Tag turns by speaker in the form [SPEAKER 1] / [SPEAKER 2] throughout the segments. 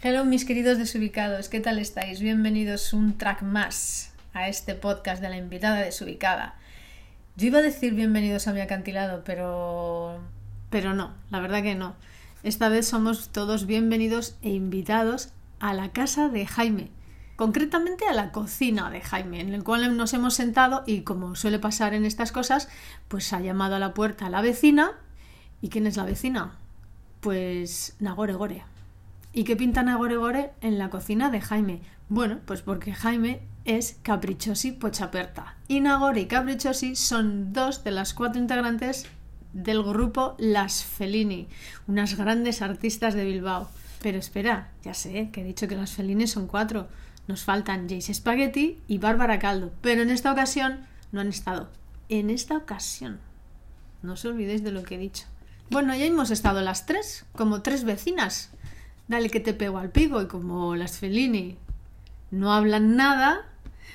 [SPEAKER 1] Hello mis queridos desubicados, ¿qué tal estáis? Bienvenidos un track más a este podcast de la invitada desubicada. Yo iba a decir bienvenidos a mi acantilado, pero pero no, la verdad que no. Esta vez somos todos bienvenidos e invitados a la casa de Jaime, concretamente a la cocina de Jaime, en el cual nos hemos sentado y como suele pasar en estas cosas, pues ha llamado a la puerta a la vecina. ¿Y quién es la vecina? Pues Nagore Gore. ¿Y qué pinta Nagore Gore en la cocina de Jaime? Bueno, pues porque Jaime es Caprichosi Pochaperta. Y Nagore y Caprichosi son dos de las cuatro integrantes del grupo Las Felini, unas grandes artistas de Bilbao. Pero espera, ya sé que he dicho que las Felini son cuatro. Nos faltan Jace Spaghetti y Bárbara Caldo, pero en esta ocasión no han estado. En esta ocasión. No os olvidéis de lo que he dicho. Bueno, ya hemos estado las tres, como tres vecinas. Dale que te pego al pigo y como las Felini no hablan nada,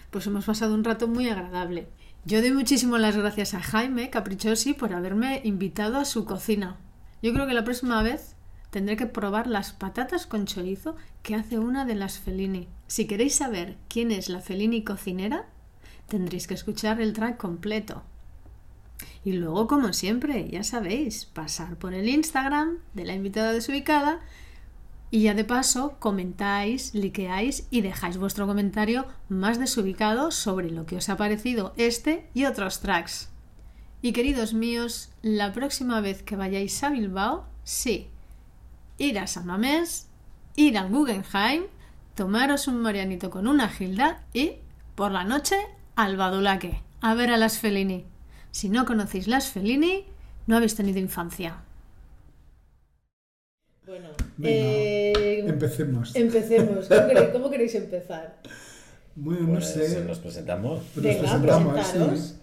[SPEAKER 1] pues hemos pasado un rato muy agradable. Yo doy muchísimas las gracias a Jaime Caprichosi por haberme invitado a su cocina. Yo creo que la próxima vez tendré que probar las patatas con chorizo que hace una de las Felini. Si queréis saber quién es la Felini cocinera, tendréis que escuchar el track completo. Y luego, como siempre, ya sabéis, pasar por el Instagram de la invitada desubicada y ya de paso comentáis, likeáis y dejáis vuestro comentario más desubicado sobre lo que os ha parecido este y otros tracks. Y queridos míos, la próxima vez que vayáis a Bilbao, sí, ir a San Mamés, ir al Guggenheim, tomaros un marianito con una gilda y, por la noche, al Badulaque, a ver a las Felini. Si no conocéis las Felini, no habéis tenido infancia.
[SPEAKER 2] Bueno,
[SPEAKER 3] Venga,
[SPEAKER 2] eh,
[SPEAKER 3] Empecemos.
[SPEAKER 2] empecemos. ¿Cómo queréis, cómo queréis empezar?
[SPEAKER 3] Bueno, no
[SPEAKER 4] Pues
[SPEAKER 3] sé.
[SPEAKER 4] nos presentamos.
[SPEAKER 3] Nos
[SPEAKER 2] Venga,
[SPEAKER 3] presentamos, ¿eh?
[SPEAKER 2] presentaros.
[SPEAKER 3] sí.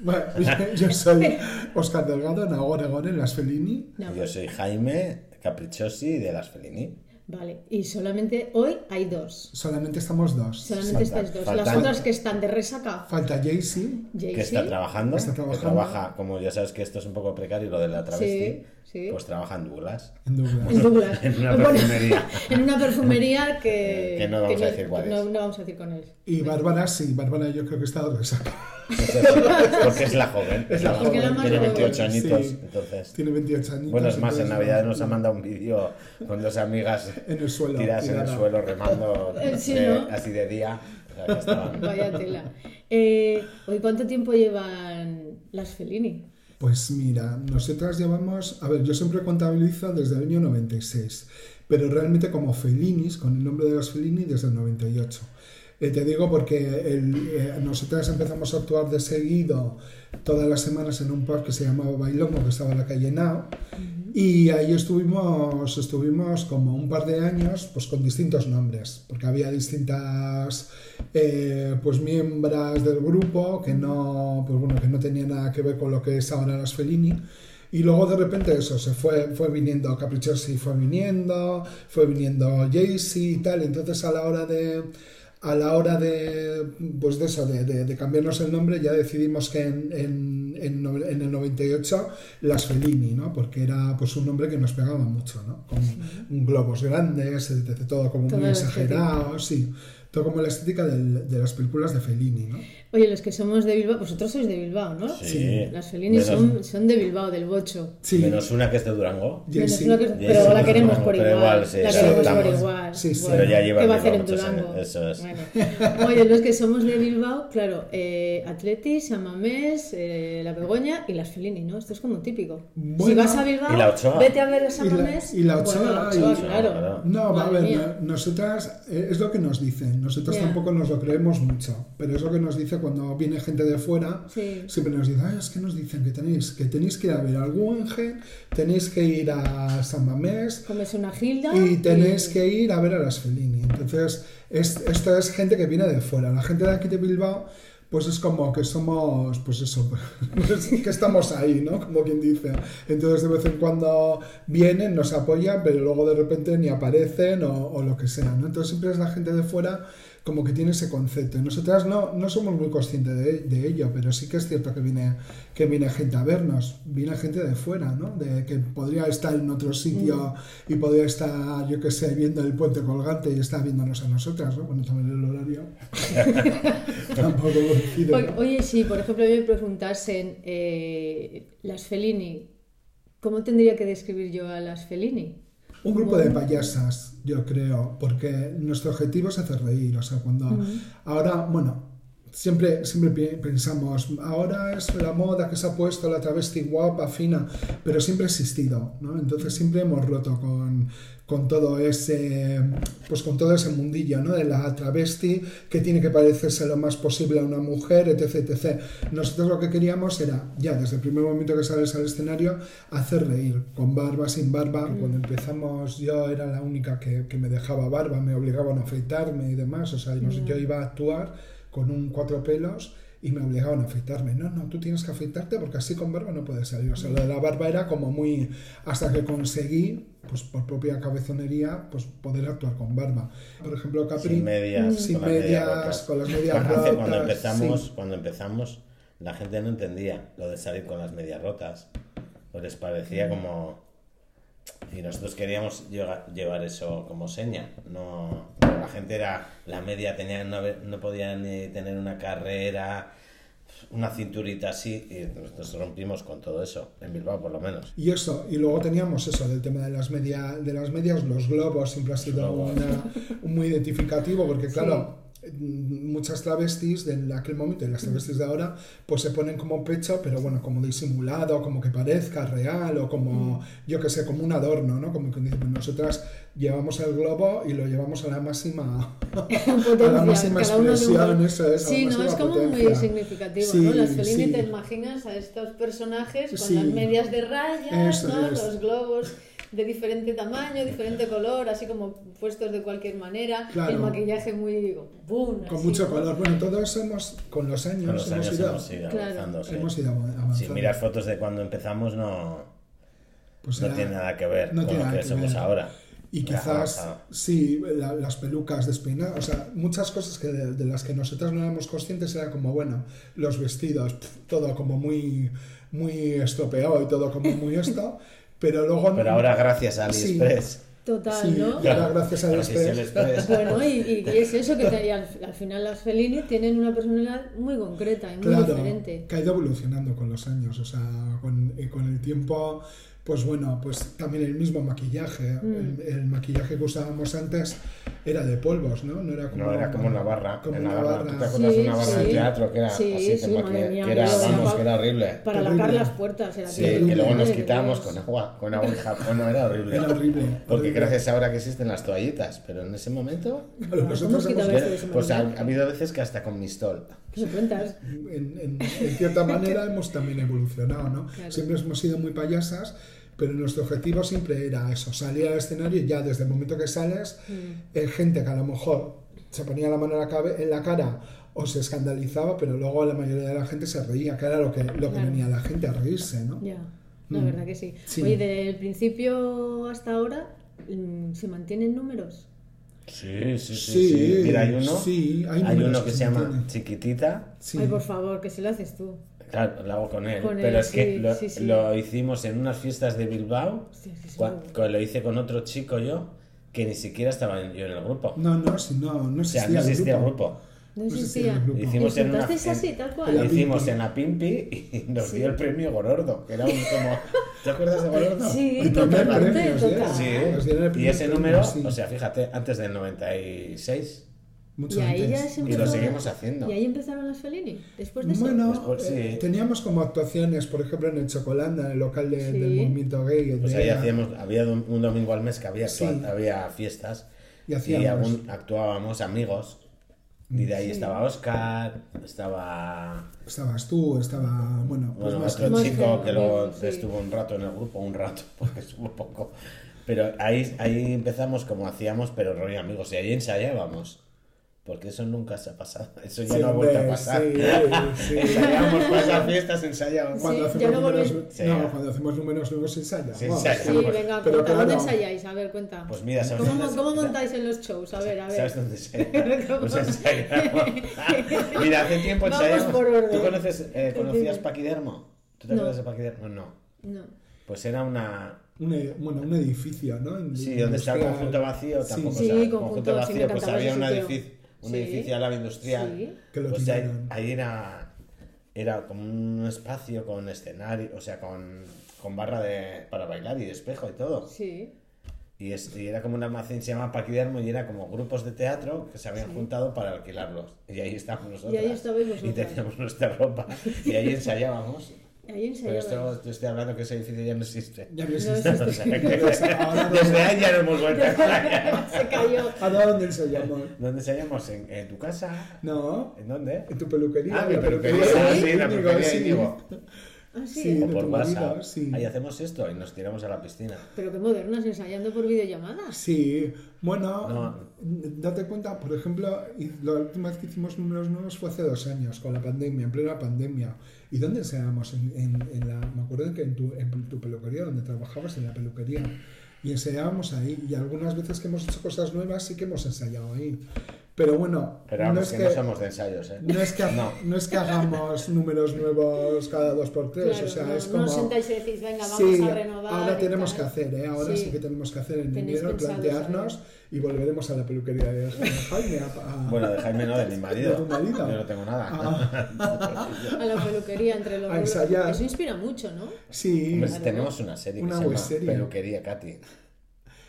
[SPEAKER 3] Bueno, yo, yo soy Oscar Delgado, Nagore Gore, Las Felini.
[SPEAKER 2] No,
[SPEAKER 4] Yo soy Jaime Caprichosi de Las Felini.
[SPEAKER 2] Vale, y solamente hoy hay dos.
[SPEAKER 3] Solamente estamos dos.
[SPEAKER 2] Solamente
[SPEAKER 4] Falta-
[SPEAKER 2] estáis dos.
[SPEAKER 4] falta-
[SPEAKER 2] Las otras que están de resaca,
[SPEAKER 3] Falta Jaycee.
[SPEAKER 4] Que está
[SPEAKER 2] Jaycee.
[SPEAKER 4] trabajando.
[SPEAKER 3] Está
[SPEAKER 4] que
[SPEAKER 3] trabajando.
[SPEAKER 4] trabaja, como ya sabes que esto es un poco precario, lo de la travesti.
[SPEAKER 2] sí.
[SPEAKER 4] Pues trabaja en Douglas.
[SPEAKER 3] En Douglas.
[SPEAKER 2] Douglas.
[SPEAKER 4] En una
[SPEAKER 2] Bueno,
[SPEAKER 4] perfumería.
[SPEAKER 2] en una perfumería que,
[SPEAKER 4] Que no vamos a decir cuál
[SPEAKER 2] no-
[SPEAKER 4] es.
[SPEAKER 2] no vamos a decir con él.
[SPEAKER 3] Y Bárbara, sí, Bárbara yo creo que está de resaca.
[SPEAKER 4] Pues eso, porque es la joven. Es la
[SPEAKER 2] Porque la
[SPEAKER 4] joven.
[SPEAKER 2] más
[SPEAKER 4] Tiene
[SPEAKER 2] joven.
[SPEAKER 4] 28 añitos.
[SPEAKER 3] Sí.
[SPEAKER 4] Entonces.
[SPEAKER 3] Tiene 28 años.
[SPEAKER 4] Bueno, es más, en Navidad nos ha mandado un vídeo con dos amigas
[SPEAKER 3] En el suelo,
[SPEAKER 4] tiradas en el
[SPEAKER 3] tirada.
[SPEAKER 4] suelo remando
[SPEAKER 2] Eh, sí,
[SPEAKER 4] de-
[SPEAKER 2] ¿no?
[SPEAKER 4] así de día. O sea, que estaban-
[SPEAKER 2] Vaya tela. Eh, ¿Hoy cuánto tiempo llevan las Felini?
[SPEAKER 3] Pues mira, nosotras llevamos, a ver, yo siempre contabilizo desde el año 96, pero realmente como Felinis, con el nombre de los Felini, desde el 98. Eh, te digo porque el- eh, nosotras empezamos a actuar de seguido todas las semanas en un pub que se llamaba Bailomo, que estaba en la calle Nao, y ahí estuvimos, estuvimos como un par de años pues con distintos nombres, porque había distintas eh, pues miembros del grupo que no, pues bueno, que no tenía nada que ver con lo que es ahora las Felini. Y luego de repente eso, se fue, fue viniendo Caprichosi, fue viniendo, fue viniendo Jaycee y tal. Entonces a la hora de a la hora de pues de eso, de, de- de cambiarnos el nombre, ya decidimos que en, en- en no- en el 98 las Felini, ¿no? Porque era pues un nombre que nos pegaba mucho, ¿no? Con globos grandes, etc., todo como
[SPEAKER 2] Toda
[SPEAKER 3] muy
[SPEAKER 2] la estética.
[SPEAKER 3] exagerado, sí. Todo como la estética del- de las películas de Felini, ¿no?
[SPEAKER 2] Oye, los que somos de Bilbao, vosotros sois de Bilbao, ¿no?
[SPEAKER 4] Sí.
[SPEAKER 2] Las Felini
[SPEAKER 4] Menos-
[SPEAKER 2] son, son de Bilbao, del Bocho.
[SPEAKER 3] Sí.
[SPEAKER 4] Menos una que es de Durango.
[SPEAKER 2] Menos
[SPEAKER 3] Jaycee.
[SPEAKER 2] una que-
[SPEAKER 4] Jaycee,
[SPEAKER 2] pero la
[SPEAKER 4] no,
[SPEAKER 2] queremos
[SPEAKER 4] no,
[SPEAKER 2] por
[SPEAKER 4] pero
[SPEAKER 2] igual.
[SPEAKER 4] igual, sí,
[SPEAKER 2] la
[SPEAKER 4] sí,
[SPEAKER 2] queremos por
[SPEAKER 3] estamos.
[SPEAKER 2] igual.
[SPEAKER 3] Sí, sí.
[SPEAKER 4] Pero ya lleva
[SPEAKER 2] ¿Qué va a hacer en
[SPEAKER 4] Bilbao muchos
[SPEAKER 2] Durango?
[SPEAKER 4] años, eso es.
[SPEAKER 2] Bueno. Oye, los que somos de Bilbao, claro, eh, Atleti, San Mamés, eh, La Begoña y las Felini, ¿no? Esto es como típico. si
[SPEAKER 3] Bueno.
[SPEAKER 2] vas a Bilbao,
[SPEAKER 4] ¿Y la Ochoa?
[SPEAKER 2] vete a ver a San
[SPEAKER 3] Y la-
[SPEAKER 2] Mamés.
[SPEAKER 3] y la
[SPEAKER 2] Bueno,
[SPEAKER 3] Ochoa,
[SPEAKER 2] la Ochoa,
[SPEAKER 3] y-
[SPEAKER 2] claro.
[SPEAKER 4] Claro.
[SPEAKER 3] No, va a
[SPEAKER 2] Madre
[SPEAKER 3] ver,
[SPEAKER 2] mía.
[SPEAKER 3] no- nosotras eh, es lo que nos dicen. Nosotros
[SPEAKER 2] Ya.
[SPEAKER 3] tampoco nos lo creemos mucho, pero es lo que nos dice cuando viene gente de fuera.
[SPEAKER 2] Sí.
[SPEAKER 3] Siempre nos dicen, "Ay, es que nos dicen que tenéis que, tenéis que ir a ver algún ángel, tenéis que ir a San Mamés,
[SPEAKER 2] Comes una gilda.
[SPEAKER 3] y tenéis que ir a ver a las Fellini. Entonces, es- esto es gente que viene de fuera. La gente de aquí de Bilbao, pues es como que somos, pues eso, pues que estamos ahí, ¿no? Como quien dice. Entonces, de vez en cuando vienen, nos apoyan, pero luego de repente ni aparecen o, o lo que sea, ¿no? Entonces, siempre es la gente de fuera como que tiene ese concepto. Y Nosotras no, no somos muy conscientes de, de ello, pero sí que es cierto que viene, que viene gente a vernos, viene gente de fuera, ¿no? De que podría estar en otro sitio y podría estar, yo qué sé, viendo el puente colgante y está viéndonos a nosotras, ¿no? Bueno, también el horario. Tampoco coincide.
[SPEAKER 2] O- Oye, si por ejemplo me preguntasen eh, las Fellini, ¿cómo tendría que describir yo a las Fellini?
[SPEAKER 3] Un grupo de payasas, yo creo, porque nuestro objetivo es hacer reír. O sea, cuando ahora, bueno, siempre, siempre pi- pensamos, ahora es la moda que se ha puesto la travesti guapa, fina, pero siempre ha existido, ¿no? Entonces siempre hemos roto con, con todo ese pues con todo ese mundillo, ¿no? De la travesti que tiene que parecerse lo más posible a una mujer, etc, etc. Nosotros lo que queríamos era, ya desde el primer momento que sales al escenario, hacer reír, con barba, sin barba. Cuando empezamos yo era la única que, que me dejaba barba, me obligaban a afeitarme y demás. O sea, yo, yo iba a actuar con un cuatro pelos y me obligaban a afeitarme. No, no, tú tienes que afeitarte porque así con barba no puedes salir. O sea, lo de la barba era como muy... Hasta que conseguí, pues por propia cabezonería, pues poder actuar con barba. Por ejemplo, Capri...
[SPEAKER 4] Sin medias,
[SPEAKER 3] Sin
[SPEAKER 4] con las medias
[SPEAKER 3] medias,
[SPEAKER 4] rotas.
[SPEAKER 3] con las medias
[SPEAKER 4] Cuando hace- Cuando
[SPEAKER 3] rotas,
[SPEAKER 4] empezamos,
[SPEAKER 3] sí.
[SPEAKER 4] cuando empezamos, la gente no entendía lo de salir con las medias rotas. Pues les parecía
[SPEAKER 3] Mm.
[SPEAKER 4] como... Y nosotros queríamos lleva- llevar eso como seña. No, la gente era... La media tenía, no, haber- no podía ni tener una carrera, una cinturita así. Y nosotros rompimos con todo eso, en Bilbao por lo menos.
[SPEAKER 3] Y eso, y luego teníamos eso del tema de las, media, de las medias, los globos siempre ha sido
[SPEAKER 4] globos.
[SPEAKER 3] una- muy identificativo, porque claro, mm, muchas travestis de aquel momento y las travestis de ahora, pues se ponen como pecho, pero bueno, como disimulado, como que parezca real, o
[SPEAKER 4] Mm.
[SPEAKER 3] como, yo que sé, como un adorno, ¿no? Como que dice, pues nosotras llevamos el globo y lo llevamos a la máxima, a la
[SPEAKER 2] Potencia,
[SPEAKER 3] máxima
[SPEAKER 2] cada uno de un-
[SPEAKER 3] expresión, eso es. a la
[SPEAKER 2] Sí, no,
[SPEAKER 3] máxima
[SPEAKER 2] es como muy
[SPEAKER 3] potencia.
[SPEAKER 2] significativo,
[SPEAKER 3] Sí,
[SPEAKER 2] ¿no? Las Fellini
[SPEAKER 3] sí.
[SPEAKER 2] te imaginas a estos personajes con
[SPEAKER 3] Sí.
[SPEAKER 2] las medias de rayas,
[SPEAKER 3] Eso
[SPEAKER 2] ¿no?
[SPEAKER 3] es.
[SPEAKER 2] Los globos de diferente tamaño, diferente color, así como puestos de cualquier manera,
[SPEAKER 3] Claro.
[SPEAKER 2] el maquillaje muy, digo, ¡boom!
[SPEAKER 3] Con
[SPEAKER 2] así,
[SPEAKER 3] mucho
[SPEAKER 2] ¿no?
[SPEAKER 3] color. Bueno, todos hemos, con los años,
[SPEAKER 4] Con los
[SPEAKER 3] hemos
[SPEAKER 4] años
[SPEAKER 3] ido-
[SPEAKER 4] hemos ido
[SPEAKER 2] Claro.
[SPEAKER 4] avanzando. sí.
[SPEAKER 3] Hemos ido avanzando.
[SPEAKER 4] Si miras fotos de cuando empezamos, no...
[SPEAKER 3] Pues
[SPEAKER 4] no
[SPEAKER 3] era-
[SPEAKER 4] tiene nada que ver
[SPEAKER 3] no
[SPEAKER 4] con
[SPEAKER 3] tiene
[SPEAKER 4] lo
[SPEAKER 3] nada
[SPEAKER 4] que,
[SPEAKER 3] que
[SPEAKER 4] somos
[SPEAKER 3] ver.
[SPEAKER 4] ahora.
[SPEAKER 3] Y
[SPEAKER 4] Ya
[SPEAKER 3] quizás,
[SPEAKER 4] avanzado.
[SPEAKER 3] sí, la- las pelucas despeinadas, o sea, muchas cosas que de, de las que nosotras no éramos conscientes era como, bueno, los vestidos, pf, todo como muy, muy estropeado y todo como muy esto, pero luego...
[SPEAKER 4] Pero ahora, gracias a
[SPEAKER 3] Sí.
[SPEAKER 4] AliExpress.
[SPEAKER 2] Total,
[SPEAKER 3] Sí,
[SPEAKER 2] ¿no?
[SPEAKER 3] Y ahora gracias a
[SPEAKER 4] Gracias a
[SPEAKER 3] AliExpress.
[SPEAKER 4] AliExpress.
[SPEAKER 2] Bueno, y, y- y es eso, que te- y al, al final las Fellini tienen una personalidad muy concreta y muy
[SPEAKER 3] Claro,
[SPEAKER 2] diferente.
[SPEAKER 3] que ha ido evolucionando con los años, o sea, con, eh, con el tiempo, pues bueno, pues también el mismo maquillaje,
[SPEAKER 2] Mm.
[SPEAKER 3] el, el maquillaje que usábamos antes era de polvos, ¿no? No era como,
[SPEAKER 4] No, era como una barra.
[SPEAKER 3] como
[SPEAKER 4] en
[SPEAKER 3] una
[SPEAKER 4] la barra. ¿Tú te
[SPEAKER 3] barra.
[SPEAKER 4] acuerdas de
[SPEAKER 2] Sí,
[SPEAKER 4] una barra de
[SPEAKER 2] sí.
[SPEAKER 4] teatro que era
[SPEAKER 2] Sí,
[SPEAKER 4] así?
[SPEAKER 2] sí,
[SPEAKER 4] que,
[SPEAKER 2] madre
[SPEAKER 4] maquilla-
[SPEAKER 2] mía,
[SPEAKER 4] que era,
[SPEAKER 2] yo era
[SPEAKER 4] vamos,
[SPEAKER 2] pa-
[SPEAKER 4] que era horrible.
[SPEAKER 2] Para
[SPEAKER 3] terrible.
[SPEAKER 2] lavar las puertas, era
[SPEAKER 4] Sí,
[SPEAKER 2] terrible.
[SPEAKER 4] que luego nos
[SPEAKER 2] Madre de
[SPEAKER 4] quitamos
[SPEAKER 2] Dios.
[SPEAKER 4] con agua, con agua y jabón. No, era horrible.
[SPEAKER 3] Era horrible.
[SPEAKER 4] Porque
[SPEAKER 3] horrible.
[SPEAKER 4] gracias ahora que existen las toallitas, pero en ese momento...
[SPEAKER 3] Claro, nosotros
[SPEAKER 2] Hemos
[SPEAKER 3] hemos-
[SPEAKER 2] quitado- A ver,
[SPEAKER 4] era-
[SPEAKER 2] sí, sí,
[SPEAKER 4] pues ha,
[SPEAKER 2] sí.
[SPEAKER 4] ha habido veces que hasta con mistol.
[SPEAKER 2] ¿Qué me cuentas?
[SPEAKER 3] en, en- en cierta manera hemos también evolucionado, ¿no?
[SPEAKER 2] Claro.
[SPEAKER 3] Siempre hemos sido muy payasas, pero nuestro objetivo siempre era eso, salir al escenario y ya desde el momento que sales, eh, gente que a lo mejor se ponía la mano en la, cabe- en la cara o se escandalizaba, pero luego la mayoría de la gente se reía, que era lo que, lo que
[SPEAKER 2] Claro.
[SPEAKER 3] venía la gente a reírse, ¿no?
[SPEAKER 2] Ya, la
[SPEAKER 3] Mm.
[SPEAKER 2] verdad que sí.
[SPEAKER 3] Sí.
[SPEAKER 2] Oye, del principio hasta ahora, mm, ¿se mantienen números?
[SPEAKER 4] Sí, sí, sí,
[SPEAKER 3] Sí,
[SPEAKER 4] sí. Mira, hay uno,
[SPEAKER 3] sí, hay
[SPEAKER 4] hay
[SPEAKER 3] números
[SPEAKER 4] uno
[SPEAKER 3] que
[SPEAKER 4] que
[SPEAKER 3] se
[SPEAKER 4] se llama
[SPEAKER 3] mantienen.
[SPEAKER 4] Chiquitita.
[SPEAKER 3] Sí.
[SPEAKER 2] Ay, por favor, que si lo haces tú.
[SPEAKER 4] Claro, lo hago con él.
[SPEAKER 2] Con él,
[SPEAKER 4] pero es
[SPEAKER 2] sí,
[SPEAKER 4] que lo,
[SPEAKER 2] sí, sí.
[SPEAKER 4] lo hicimos en unas fiestas de Bilbao.
[SPEAKER 2] Hostia, es que es
[SPEAKER 4] cua-
[SPEAKER 2] muy
[SPEAKER 4] co- lo hice con otro chico yo, que ni siquiera estaba en- yo en el grupo.
[SPEAKER 3] No, no, si no, no
[SPEAKER 4] o sea,
[SPEAKER 3] existía,
[SPEAKER 4] no
[SPEAKER 3] el
[SPEAKER 4] existía el
[SPEAKER 3] grupo.
[SPEAKER 4] grupo.
[SPEAKER 2] No
[SPEAKER 3] No sé si
[SPEAKER 2] existía.
[SPEAKER 3] en el grupo.
[SPEAKER 4] Hicimos en una,
[SPEAKER 2] ¿Presentasteis
[SPEAKER 4] en-
[SPEAKER 2] así, tal cual?
[SPEAKER 4] lo
[SPEAKER 3] La
[SPEAKER 4] hicimos
[SPEAKER 3] Pimpi.
[SPEAKER 4] en la Pimpi y nos
[SPEAKER 2] Sí.
[SPEAKER 4] dio el premio Gorordo, que era un como... ¿Te acuerdas de Gorordo?
[SPEAKER 2] Sí,
[SPEAKER 3] El primer
[SPEAKER 2] totalmente,
[SPEAKER 3] premio, sí,
[SPEAKER 2] total.
[SPEAKER 4] Sí,
[SPEAKER 3] Nos dieron el
[SPEAKER 4] y
[SPEAKER 3] primer
[SPEAKER 4] ese
[SPEAKER 3] premio,
[SPEAKER 4] número,
[SPEAKER 3] sí.
[SPEAKER 4] o sea, fíjate, antes del 96,
[SPEAKER 3] Mucho
[SPEAKER 2] Y ahí ya
[SPEAKER 3] antes.
[SPEAKER 2] se
[SPEAKER 4] Y lo
[SPEAKER 2] empezó-
[SPEAKER 4] seguimos haciendo.
[SPEAKER 2] Y ahí empezaron las Fellini.
[SPEAKER 1] Pues
[SPEAKER 2] Después de eso.
[SPEAKER 3] Bueno,
[SPEAKER 4] Después, sí.
[SPEAKER 3] eh, teníamos como actuaciones, por ejemplo, en el Chocolanda, en el local de-
[SPEAKER 2] Sí.
[SPEAKER 3] del movimiento gay.
[SPEAKER 4] pues
[SPEAKER 3] de-
[SPEAKER 4] ahí hacíamos, había un un domingo al mes que había,
[SPEAKER 3] Sí.
[SPEAKER 4] había fiestas
[SPEAKER 3] Y
[SPEAKER 4] y
[SPEAKER 3] hacíamos.
[SPEAKER 4] algún- actuábamos amigos, Y de ahí estaba Oscar, estaba
[SPEAKER 3] Estabas tú, estaba. Bueno, pues
[SPEAKER 4] bueno,
[SPEAKER 3] más
[SPEAKER 4] otro
[SPEAKER 3] que.
[SPEAKER 1] Más
[SPEAKER 4] chico
[SPEAKER 1] que-
[SPEAKER 4] que luego
[SPEAKER 1] sí.
[SPEAKER 4] estuvo un rato en el grupo, un rato, porque estuvo poco. Pero ahí, ahí empezamos como hacíamos, pero rollo amigos, y ahí ensayábamos. Porque eso nunca se ha pasado, eso ya
[SPEAKER 3] Sí,
[SPEAKER 4] no ha vuelto a
[SPEAKER 3] hombre,
[SPEAKER 4] pasar.
[SPEAKER 3] sí, sí.
[SPEAKER 4] Ensayamos para esas fiestas, ensayamos.
[SPEAKER 3] Cuando,
[SPEAKER 1] Sí, ya
[SPEAKER 3] hacemos
[SPEAKER 1] no
[SPEAKER 3] números,
[SPEAKER 1] volvéis.
[SPEAKER 4] Sí,
[SPEAKER 3] no,
[SPEAKER 4] ya.
[SPEAKER 3] cuando hacemos números nuevos se ensaya.
[SPEAKER 4] Se
[SPEAKER 3] Vamos,
[SPEAKER 4] ensaya.
[SPEAKER 3] sí.
[SPEAKER 1] Sí, venga,
[SPEAKER 3] Pero
[SPEAKER 1] cuenta, ¿dónde
[SPEAKER 3] claro,
[SPEAKER 1] ensayáis? A ver, cuenta.
[SPEAKER 4] Pues mira, ¿sabes
[SPEAKER 1] ¿Cómo,
[SPEAKER 4] dónde-
[SPEAKER 1] ¿Cómo montáis en los shows? A ver, a ver.
[SPEAKER 4] ¿Sabes dónde se Pues ensayamos. Mira, hace tiempo
[SPEAKER 1] Vamos
[SPEAKER 4] ensayamos.
[SPEAKER 1] por orden.
[SPEAKER 4] ¿Tú conoces, eh, conocías
[SPEAKER 1] Entiendo.
[SPEAKER 4] Paquidermo? ¿Tú te
[SPEAKER 1] No.
[SPEAKER 4] acuerdas de Paquidermo? No.
[SPEAKER 1] No.
[SPEAKER 4] Pues era una,
[SPEAKER 3] Un, e- bueno, un edificio, ¿no? En-
[SPEAKER 4] Sí, donde está el
[SPEAKER 3] industrial.
[SPEAKER 4] conjunto vacío, tampoco.
[SPEAKER 3] Sí,
[SPEAKER 4] o sea,
[SPEAKER 1] Sí,
[SPEAKER 4] el conjunto,
[SPEAKER 1] conjunto, sí, me
[SPEAKER 4] vacío, pues
[SPEAKER 1] encantaba
[SPEAKER 4] había
[SPEAKER 1] ese
[SPEAKER 4] un
[SPEAKER 1] sitio.
[SPEAKER 4] edificio, un
[SPEAKER 1] Sí.
[SPEAKER 4] edificio al lado industrial.
[SPEAKER 1] Sí.
[SPEAKER 3] Que lo
[SPEAKER 4] Pues ahí,
[SPEAKER 3] tiraron.
[SPEAKER 4] ahí era, era como un espacio con escenario, o sea, con, con barra de, para bailar y de espejo y todo.
[SPEAKER 1] Sí.
[SPEAKER 4] Y, es- y era como un almacén, se llamaba Paquidermo, y era como grupos de teatro que se habían juntado para alquilarlos. Y ahí estábamos nosotros.
[SPEAKER 1] Y ahí estabais
[SPEAKER 4] Y
[SPEAKER 1] vosotras.
[SPEAKER 4] teníamos nuestra ropa. Y ahí ensayábamos.
[SPEAKER 1] Ahí
[SPEAKER 4] Pero
[SPEAKER 1] ensayáis.
[SPEAKER 4] esto, te estoy hablando que ese edificio ya no existe.
[SPEAKER 3] Ya
[SPEAKER 1] No
[SPEAKER 3] ves,
[SPEAKER 1] existe.
[SPEAKER 4] O sea, que-
[SPEAKER 3] Ahora no-
[SPEAKER 4] desde ahí ya no hemos vuelto a ensayar.
[SPEAKER 1] Se cayó.
[SPEAKER 3] ¿A dónde ensayamos?
[SPEAKER 4] ¿Dónde ensayamos? ¿En, en tu casa?
[SPEAKER 3] No,
[SPEAKER 4] ¿En dónde?
[SPEAKER 3] en tu peluquería.
[SPEAKER 4] Ah,
[SPEAKER 3] en
[SPEAKER 4] mi
[SPEAKER 3] la
[SPEAKER 4] peluquería.
[SPEAKER 3] peluquería.
[SPEAKER 4] Sí, la
[SPEAKER 3] Digo,
[SPEAKER 4] peluquería
[SPEAKER 3] sí.
[SPEAKER 4] de Íñigo.
[SPEAKER 1] Ah, sí.
[SPEAKER 3] Sí.
[SPEAKER 4] O
[SPEAKER 3] de
[SPEAKER 4] por
[SPEAKER 3] tu
[SPEAKER 4] WhatsApp.
[SPEAKER 3] vida, sí.
[SPEAKER 4] Ahí hacemos esto y nos tiramos a la piscina.
[SPEAKER 1] Pero qué modernas, ensayando por videollamadas.
[SPEAKER 3] Sí, bueno,
[SPEAKER 4] No.
[SPEAKER 3] date cuenta, por ejemplo, y la última vez que hicimos números nuevos fue hace dos años, con la pandemia, en plena pandemia. ¿Y dónde ensayamos? En, en- en la, me acuerdo que en tu, en tu peluquería, donde trabajabas, en la peluquería. Y ensayábamos ahí. Y algunas veces que hemos hecho cosas nuevas sí que hemos ensayado ahí. Pero bueno,
[SPEAKER 4] Pero vamos, que, no somos de ensayos, ¿eh?
[SPEAKER 3] no es que,
[SPEAKER 4] No.
[SPEAKER 3] no es que hagamos números nuevos cada dos por tres,
[SPEAKER 1] Claro,
[SPEAKER 3] o sea,
[SPEAKER 1] no,
[SPEAKER 3] es
[SPEAKER 1] no
[SPEAKER 3] como...
[SPEAKER 1] os sentáis y decís, venga, vamos
[SPEAKER 3] Sí,
[SPEAKER 1] a renovar.
[SPEAKER 3] ahora
[SPEAKER 1] y
[SPEAKER 3] tenemos que
[SPEAKER 1] tal.
[SPEAKER 3] hacer, ¿eh? ahora sí.
[SPEAKER 1] Sí.
[SPEAKER 3] que tenemos que hacer en
[SPEAKER 1] Tenéis
[SPEAKER 3] enero,
[SPEAKER 1] pensado, ¿eh?
[SPEAKER 3] plantearnos y volveremos a la peluquería de Jaime a, a-
[SPEAKER 4] Bueno, de Jaime no, de mi marido.
[SPEAKER 3] ¿De tu marido? Ah,
[SPEAKER 4] Yo no tengo nada.
[SPEAKER 1] A la peluquería entre los
[SPEAKER 3] A
[SPEAKER 1] grupos.
[SPEAKER 3] ensayar.
[SPEAKER 1] Eso inspira mucho, ¿no?
[SPEAKER 3] Sí,
[SPEAKER 4] Hombre, tenemos una serie que
[SPEAKER 3] Una
[SPEAKER 4] se llama
[SPEAKER 3] webserie.
[SPEAKER 4] Peluquería Katy.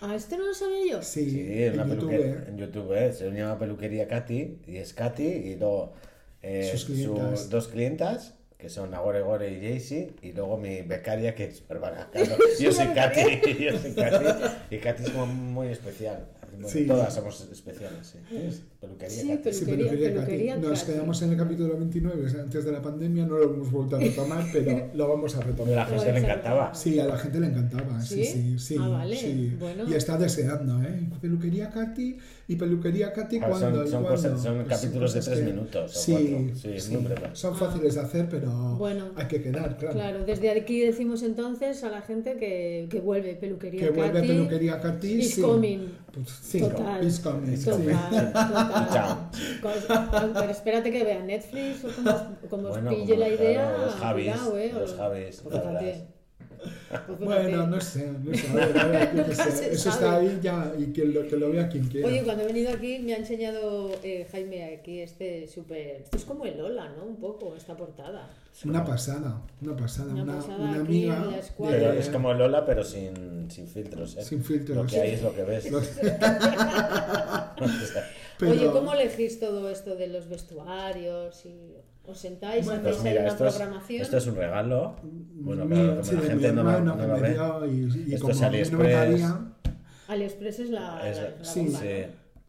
[SPEAKER 1] Ah, esto no lo sabía yo.
[SPEAKER 3] sí,
[SPEAKER 4] Sí,
[SPEAKER 3] en
[SPEAKER 4] una
[SPEAKER 3] YouTube.
[SPEAKER 4] peluquería.
[SPEAKER 3] ¿eh?
[SPEAKER 4] En YouTube, ¿eh? Se llama Peluquería Katy y es Katy y luego eh,
[SPEAKER 3] Sus clientas.
[SPEAKER 4] sus dos clientas que son Agore Gore y Jaycee y luego mi becaria que es Bárbara Cano. Yo soy Katy, yo soy Katy y Katy es como muy especial. Bueno,
[SPEAKER 3] Sí.
[SPEAKER 4] Todas somos especiales, sí. Es Peluquería
[SPEAKER 1] Sí,
[SPEAKER 4] Katy.
[SPEAKER 3] Sí,
[SPEAKER 1] Peluquería,
[SPEAKER 3] peluquería Katy.
[SPEAKER 1] peluquería
[SPEAKER 3] Nos
[SPEAKER 1] Katy.
[SPEAKER 3] quedamos en el capítulo 29, antes de la pandemia, no lo hemos vuelto a retomar, pero lo vamos a
[SPEAKER 4] A la
[SPEAKER 3] retomar.
[SPEAKER 4] gente le encantaba.
[SPEAKER 3] Sí, a la gente le encantaba,
[SPEAKER 1] ¿Sí?
[SPEAKER 3] sí, sí, sí.
[SPEAKER 1] Ah, vale.
[SPEAKER 3] sí.
[SPEAKER 1] Bueno.
[SPEAKER 3] Y está deseando, ¿eh? Peluquería Katy y peluquería Katy
[SPEAKER 4] Ah, son-
[SPEAKER 3] cuando. pues,
[SPEAKER 4] son cosas- son capítulos de tres minutos o
[SPEAKER 3] sí,
[SPEAKER 4] cuatro. Sí, es
[SPEAKER 3] sí.
[SPEAKER 4] muy breve.
[SPEAKER 3] son fáciles de hacer, pero
[SPEAKER 1] Ah. Bueno.
[SPEAKER 3] hay que quedar, claro.
[SPEAKER 1] Claro, desde aquí decimos entonces a la gente que, que vuelve peluquería.
[SPEAKER 3] Que vuelve
[SPEAKER 1] Katy.
[SPEAKER 3] peluquería Katy.
[SPEAKER 1] Is
[SPEAKER 3] sí.
[SPEAKER 1] coming.
[SPEAKER 3] Pues sí,
[SPEAKER 1] Total.
[SPEAKER 3] is coming, sí.
[SPEAKER 1] Total, total.
[SPEAKER 4] Chao.
[SPEAKER 1] Con- Pero espérate que vea Netflix o como, como
[SPEAKER 4] Bueno,
[SPEAKER 1] os pille
[SPEAKER 4] como
[SPEAKER 1] la idea.
[SPEAKER 4] claro, los Javis,
[SPEAKER 1] cuidado, eh,
[SPEAKER 4] los
[SPEAKER 1] o-
[SPEAKER 4] Javis,
[SPEAKER 1] pues fíjate. Pues fíjate.
[SPEAKER 3] Bueno, no sé, no sé, a ver, a ver, yo qué sé.
[SPEAKER 1] No se
[SPEAKER 3] Eso está
[SPEAKER 1] sabe.
[SPEAKER 3] ahí ya y que lo, que lo vea quien quiera.
[SPEAKER 1] Oye, pues, cuando he venido aquí me ha enseñado eh, Jaime aquí este súper... Esto es como el Lola, ¿no? Un poco, esta portada.
[SPEAKER 3] una pasada, una pasada,
[SPEAKER 1] Una
[SPEAKER 3] una,
[SPEAKER 1] pasada
[SPEAKER 3] una
[SPEAKER 1] aquí
[SPEAKER 3] amiga.
[SPEAKER 1] en la escuadra.
[SPEAKER 4] Pero es como Lola, pero sin, sin filtros, ¿eh?
[SPEAKER 3] eh. Sin filtros.
[SPEAKER 4] Lo que hay es lo que ves.
[SPEAKER 3] pero-
[SPEAKER 1] Oye, ¿cómo elegís todo esto de los vestuarios? Y... ¿Os sentáis? ¿Hacéis
[SPEAKER 4] Pues
[SPEAKER 1] ahí
[SPEAKER 4] mira,
[SPEAKER 1] una
[SPEAKER 4] esto es,
[SPEAKER 1] programación?
[SPEAKER 4] esto es un regalo. Bueno,
[SPEAKER 3] Mío,
[SPEAKER 4] claro, como
[SPEAKER 3] Mm, sí,
[SPEAKER 4] la
[SPEAKER 3] de mi
[SPEAKER 4] gente no, lo-
[SPEAKER 3] hermano
[SPEAKER 4] no
[SPEAKER 3] que
[SPEAKER 4] lo
[SPEAKER 3] me
[SPEAKER 4] ve.
[SPEAKER 3] dio y, y
[SPEAKER 4] Esto
[SPEAKER 3] como a mí
[SPEAKER 4] es
[SPEAKER 3] no me
[SPEAKER 4] AliExpress.
[SPEAKER 3] daría,
[SPEAKER 1] AliExpress es la...
[SPEAKER 4] Es-
[SPEAKER 1] la- la
[SPEAKER 3] sí.
[SPEAKER 1] bomba,
[SPEAKER 4] Sí.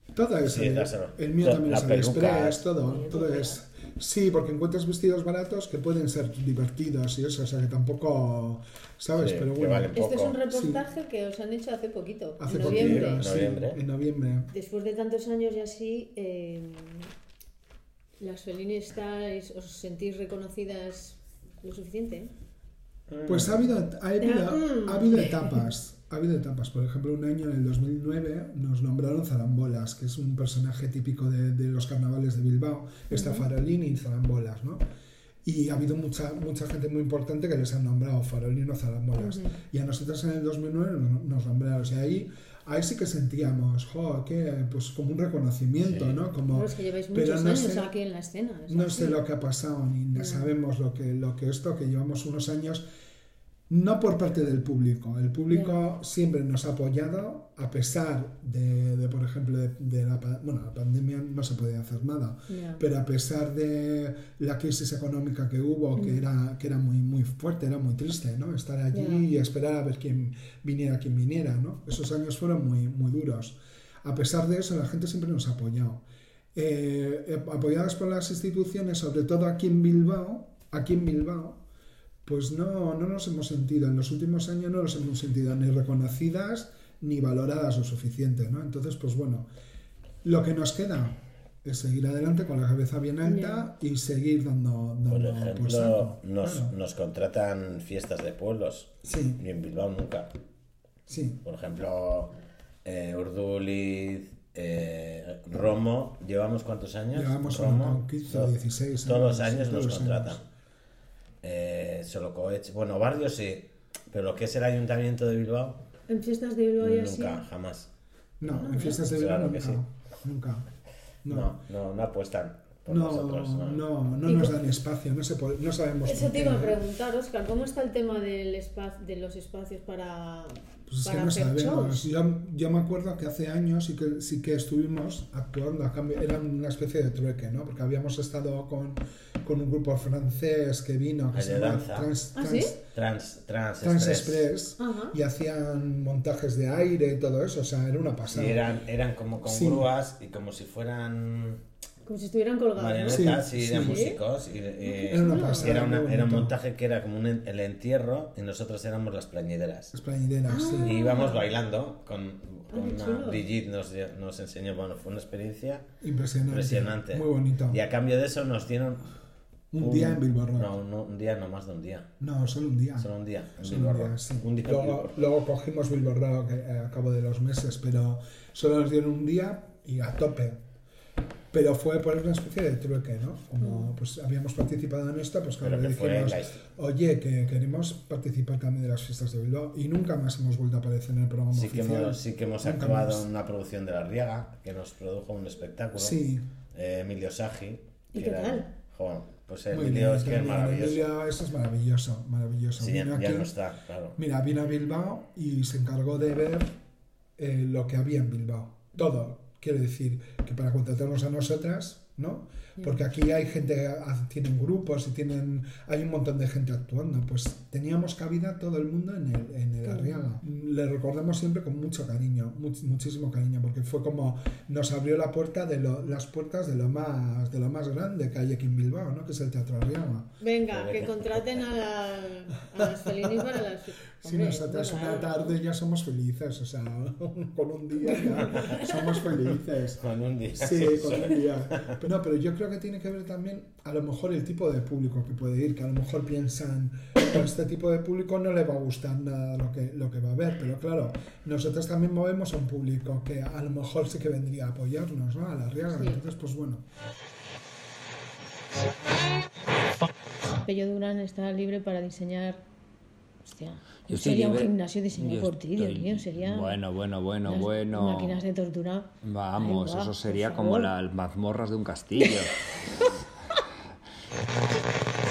[SPEAKER 1] ¿no?
[SPEAKER 3] todo eso.
[SPEAKER 4] Sí,
[SPEAKER 3] el-
[SPEAKER 4] las-
[SPEAKER 3] el mío
[SPEAKER 4] la-
[SPEAKER 3] también
[SPEAKER 4] las
[SPEAKER 3] es AliExpress,
[SPEAKER 4] pelucas.
[SPEAKER 3] todo, todo es. Sí, porque encuentras vestidos baratos que pueden ser divertidos y eso, o sea que tampoco, ¿sabes?
[SPEAKER 4] Sí,
[SPEAKER 3] pero
[SPEAKER 4] que
[SPEAKER 3] bueno,
[SPEAKER 4] valen
[SPEAKER 1] Este es un
[SPEAKER 4] Poco.
[SPEAKER 1] reportaje que os han hecho hace poquito,
[SPEAKER 3] hace
[SPEAKER 1] en noviembre.
[SPEAKER 3] poquito, sí,
[SPEAKER 4] Noviembre.
[SPEAKER 3] en noviembre.
[SPEAKER 1] Después de tantos años y así, eh, las felinistas os sentís reconocidas lo suficiente. ¿eh?
[SPEAKER 3] Pues ha habido, ha habido,
[SPEAKER 1] Mm.
[SPEAKER 3] ha habido etapas. Ha habido etapas. Por ejemplo, un año en el 2009 nos nombraron Zarambolas, que es un personaje típico de, de los carnavales de Bilbao. Está Farolín y Zarambolas, ¿no? Y ha habido mucha, mucha gente muy importante que les han nombrado Farolín o Zarambolas. Y a nosotros en el 2009 nos- nos nombraron. Y ahí, ahí sí que sentíamos, jo, que, pues como un reconocimiento,
[SPEAKER 4] Sí.
[SPEAKER 3] ¿no? Como,
[SPEAKER 1] Bueno, es que lleváis
[SPEAKER 3] pero
[SPEAKER 1] muchos
[SPEAKER 3] no
[SPEAKER 1] años
[SPEAKER 3] sé-
[SPEAKER 1] aquí en la escena. es
[SPEAKER 3] no
[SPEAKER 1] así.
[SPEAKER 3] sé lo que ha pasado ni sabemos lo que, lo que esto, que llevamos unos años, no por parte del público. El público siempre nos ha apoyado, a pesar de, de, por ejemplo, de, de la, pa- bueno, la pandemia no se podía hacer nada,
[SPEAKER 1] Ya.
[SPEAKER 3] pero a pesar de la crisis económica que hubo,
[SPEAKER 1] Mm.
[SPEAKER 3] que era, que era muy, muy fuerte, era muy triste, ¿no? Estar allí
[SPEAKER 1] Ya.
[SPEAKER 3] y esperar a ver quién viniera, quién viniera, ¿no? Esos años fueron muy, muy duros. A pesar de eso, la gente siempre nos ha apoyado. eh, eh, apoyadas por las instituciones, sobre todo aquí en Bilbao, aquí en Bilbao, pues no, no nos hemos sentido, en los últimos años no nos hemos sentido ni reconocidas ni valoradas lo suficiente, ¿no? Entonces, pues bueno, lo que nos queda es seguir adelante con la cabeza bien alta y seguir dando, dando
[SPEAKER 4] Por
[SPEAKER 3] por
[SPEAKER 4] ejemplo,
[SPEAKER 3] saco,
[SPEAKER 4] nos,
[SPEAKER 3] pues claro.
[SPEAKER 4] nos contratan fiestas de pueblos.
[SPEAKER 3] Sí.
[SPEAKER 4] Ni en Bilbao nunca.
[SPEAKER 3] Sí,
[SPEAKER 4] Por ejemplo, eh, Urduliz, eh, Romo. ¿Llevamos cuántos años?
[SPEAKER 3] Llevamos
[SPEAKER 4] Romo,
[SPEAKER 3] como 15 o
[SPEAKER 4] to-
[SPEAKER 3] 16
[SPEAKER 4] Todos los
[SPEAKER 3] años,
[SPEAKER 4] años
[SPEAKER 3] todos
[SPEAKER 4] nos
[SPEAKER 3] los
[SPEAKER 4] contratan.
[SPEAKER 3] años.
[SPEAKER 4] Eh, Solocoech. Bueno, barrio sí. Pero lo que es el ayuntamiento de Bilbao,
[SPEAKER 2] En fiestas de Bilbao y
[SPEAKER 4] nunca,
[SPEAKER 2] así.
[SPEAKER 4] jamás.
[SPEAKER 2] Ah,
[SPEAKER 3] no, en fiestas de
[SPEAKER 4] Claro
[SPEAKER 3] verano
[SPEAKER 4] que
[SPEAKER 3] nunca, nunca.
[SPEAKER 4] No,
[SPEAKER 3] No,
[SPEAKER 4] no, no, apuestan por
[SPEAKER 3] no,
[SPEAKER 4] nosotros.
[SPEAKER 3] no, no,
[SPEAKER 2] ¿Y
[SPEAKER 3] nos
[SPEAKER 2] cómo-
[SPEAKER 3] dan espacio, no, se po- no sabemos
[SPEAKER 2] Eso
[SPEAKER 3] por
[SPEAKER 2] te
[SPEAKER 3] qué,
[SPEAKER 2] iba a
[SPEAKER 3] ¿eh?
[SPEAKER 2] preguntar, Oscar, ¿cómo está el tema del espac- de los espacios para,
[SPEAKER 3] Pues es que
[SPEAKER 2] para
[SPEAKER 3] no
[SPEAKER 2] hacer
[SPEAKER 3] sabemos.
[SPEAKER 2] shows?
[SPEAKER 3] Yo, yo me acuerdo que hace años sí que, sí que estuvimos actuando, a cambio, era una especie de trueque, ¿no? Porque habíamos estado con, con un grupo francés que vino, que
[SPEAKER 4] El
[SPEAKER 3] se
[SPEAKER 4] de
[SPEAKER 3] llama
[SPEAKER 4] danza.
[SPEAKER 3] Trans,
[SPEAKER 2] ¿Ah,
[SPEAKER 3] Trans-
[SPEAKER 2] sí?
[SPEAKER 4] Trans, trans,
[SPEAKER 3] Trans
[SPEAKER 4] Express.
[SPEAKER 3] Express
[SPEAKER 2] Ajá.
[SPEAKER 3] y hacían montajes de aire y todo eso, o sea, era una
[SPEAKER 4] Sí,
[SPEAKER 3] pasada.
[SPEAKER 4] eran, eran como con
[SPEAKER 3] Sí.
[SPEAKER 4] grúas y como si fueran
[SPEAKER 2] Como si estuvieran colgados. ¿no?
[SPEAKER 4] marionetas
[SPEAKER 3] Sí,
[SPEAKER 4] y eran
[SPEAKER 3] sí.
[SPEAKER 4] músicos. Y, eh,
[SPEAKER 3] Era una pasada,
[SPEAKER 4] era, una-
[SPEAKER 3] muy
[SPEAKER 4] era un
[SPEAKER 3] bonito.
[SPEAKER 4] montaje que era como un en- el entierro y nosotros éramos las plañideras.
[SPEAKER 3] Las plañideras, sí.
[SPEAKER 2] Ah.
[SPEAKER 4] Y íbamos bailando con, con
[SPEAKER 2] qué
[SPEAKER 4] una-
[SPEAKER 2] chulo.
[SPEAKER 4] Brigitte nos, dio- nos enseñó, bueno, fue una experiencia
[SPEAKER 3] Impresionante.
[SPEAKER 4] impresionante.
[SPEAKER 3] Muy bonito.
[SPEAKER 4] Y a cambio de eso nos dieron...
[SPEAKER 3] Un día en Bilbao Rock.
[SPEAKER 4] No, no, un día, no más de un día.
[SPEAKER 3] No, solo un día.
[SPEAKER 4] Solo un día. en
[SPEAKER 3] Solo un
[SPEAKER 4] Bilbao
[SPEAKER 3] día,
[SPEAKER 4] Rock.
[SPEAKER 3] sí.
[SPEAKER 4] Un día en Bilbao
[SPEAKER 3] Luego,
[SPEAKER 4] Rock.
[SPEAKER 3] luego cogimos Bilbao Rock, eh, a cabo de los meses, pero solo nos dieron un día y a tope. Pero fue por una especie de trueque, ¿no? Como pues habíamos participado en esto, pues claro,
[SPEAKER 4] Mm. Pero
[SPEAKER 3] le
[SPEAKER 4] que fue
[SPEAKER 3] dijimos,
[SPEAKER 4] la-
[SPEAKER 3] oye, que queremos participar también de las fiestas de Bilbao y nunca más hemos vuelto a aparecer en el programa
[SPEAKER 4] Sí que,
[SPEAKER 3] oficial.
[SPEAKER 4] hemos, sí que hemos
[SPEAKER 3] Nunca
[SPEAKER 4] actuado
[SPEAKER 3] más.
[SPEAKER 4] en una producción de La Riaga que nos produjo un espectáculo.
[SPEAKER 3] Sí.
[SPEAKER 4] Eh, Emilio Sagi.
[SPEAKER 2] ¿Y
[SPEAKER 4] que
[SPEAKER 2] qué
[SPEAKER 4] era-
[SPEAKER 2] tal?
[SPEAKER 4] jo, pues
[SPEAKER 3] Muy
[SPEAKER 4] Emilio
[SPEAKER 3] bien,
[SPEAKER 4] es que es
[SPEAKER 3] también.
[SPEAKER 4] maravilloso.
[SPEAKER 3] Emilio, eso es maravilloso, maravilloso.
[SPEAKER 4] Sí, ya,
[SPEAKER 3] Vino
[SPEAKER 4] ya
[SPEAKER 3] aquí-
[SPEAKER 4] no está, claro.
[SPEAKER 3] Mira, vino a Bilbao y se encargó de ver eh, lo que había en Bilbao. Todo. Quiero decir, que para contratarnos a nosotras, ¿no? Porque aquí hay gente, ha- tienen grupos y tienen, hay un montón de gente actuando. Pues teníamos cabida todo el mundo en el, en el Arriaga. Le recordamos siempre con mucho cariño, much- muchísimo cariño, porque fue como nos abrió la puerta de lo- las puertas de lo más, de lo más grande que hay aquí en Bilbao, ¿no? Que es el Teatro Arriaga.
[SPEAKER 2] Venga, que contraten a, la- a las Fellini para las.
[SPEAKER 3] Si
[SPEAKER 2] Hombre,
[SPEAKER 3] nosotras
[SPEAKER 2] venga,
[SPEAKER 3] una tarde ya somos felices, o sea, con un día ya somos felices.
[SPEAKER 4] Con un día.
[SPEAKER 3] Sí, con un día. Pero, no, pero yo creo que tiene que ver también a lo mejor el tipo de público que puede ir, que a lo mejor piensan, a este tipo de público no le va a gustar nada lo que, lo que va a ver, pero claro, nosotros también movemos a un público que a lo mejor sí que vendría a apoyarnos, ¿no? A la Riaga,
[SPEAKER 2] Sí.
[SPEAKER 3] entonces pues bueno.
[SPEAKER 5] Pello Durán está libre para diseñar. Hostia.
[SPEAKER 6] Yo estoy
[SPEAKER 5] sería
[SPEAKER 6] libre.
[SPEAKER 5] un gimnasio diseñado
[SPEAKER 6] Yo
[SPEAKER 5] por ti, Dios
[SPEAKER 6] estoy-
[SPEAKER 5] mío. Sería.
[SPEAKER 6] Bueno, bueno, bueno,
[SPEAKER 5] unas
[SPEAKER 6] bueno.
[SPEAKER 5] Máquinas de tortura.
[SPEAKER 6] Vamos,
[SPEAKER 5] Ay, guau,
[SPEAKER 6] eso
[SPEAKER 5] por
[SPEAKER 6] sería
[SPEAKER 5] favor.
[SPEAKER 6] como las mazmorras de un castillo.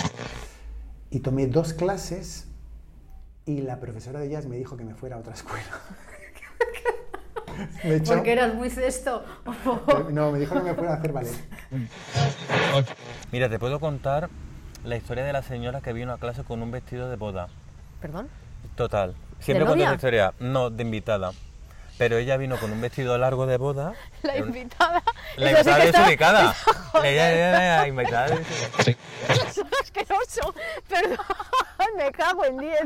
[SPEAKER 7] Y tomé dos clases y la profesora de jazz me dijo que me fuera a otra escuela. me echó-
[SPEAKER 8] Porque eras muy cesto.
[SPEAKER 7] No, me dijo que me fuera a hacer ballet.
[SPEAKER 9] Mira, te puedo contar la historia de la señora que vino a clase con un vestido de boda.
[SPEAKER 8] Perdón.
[SPEAKER 9] Total. Siempre cuento
[SPEAKER 8] novia?
[SPEAKER 9] esa historia. No, de invitada. Pero ella vino con un vestido largo de boda.
[SPEAKER 8] La invitada.
[SPEAKER 9] La
[SPEAKER 8] Eso sí
[SPEAKER 9] invitada
[SPEAKER 8] que está-
[SPEAKER 9] desubicada. Ella era la invitada desubicada.
[SPEAKER 8] Eso es asqueroso. Perdón. Me cago en 10.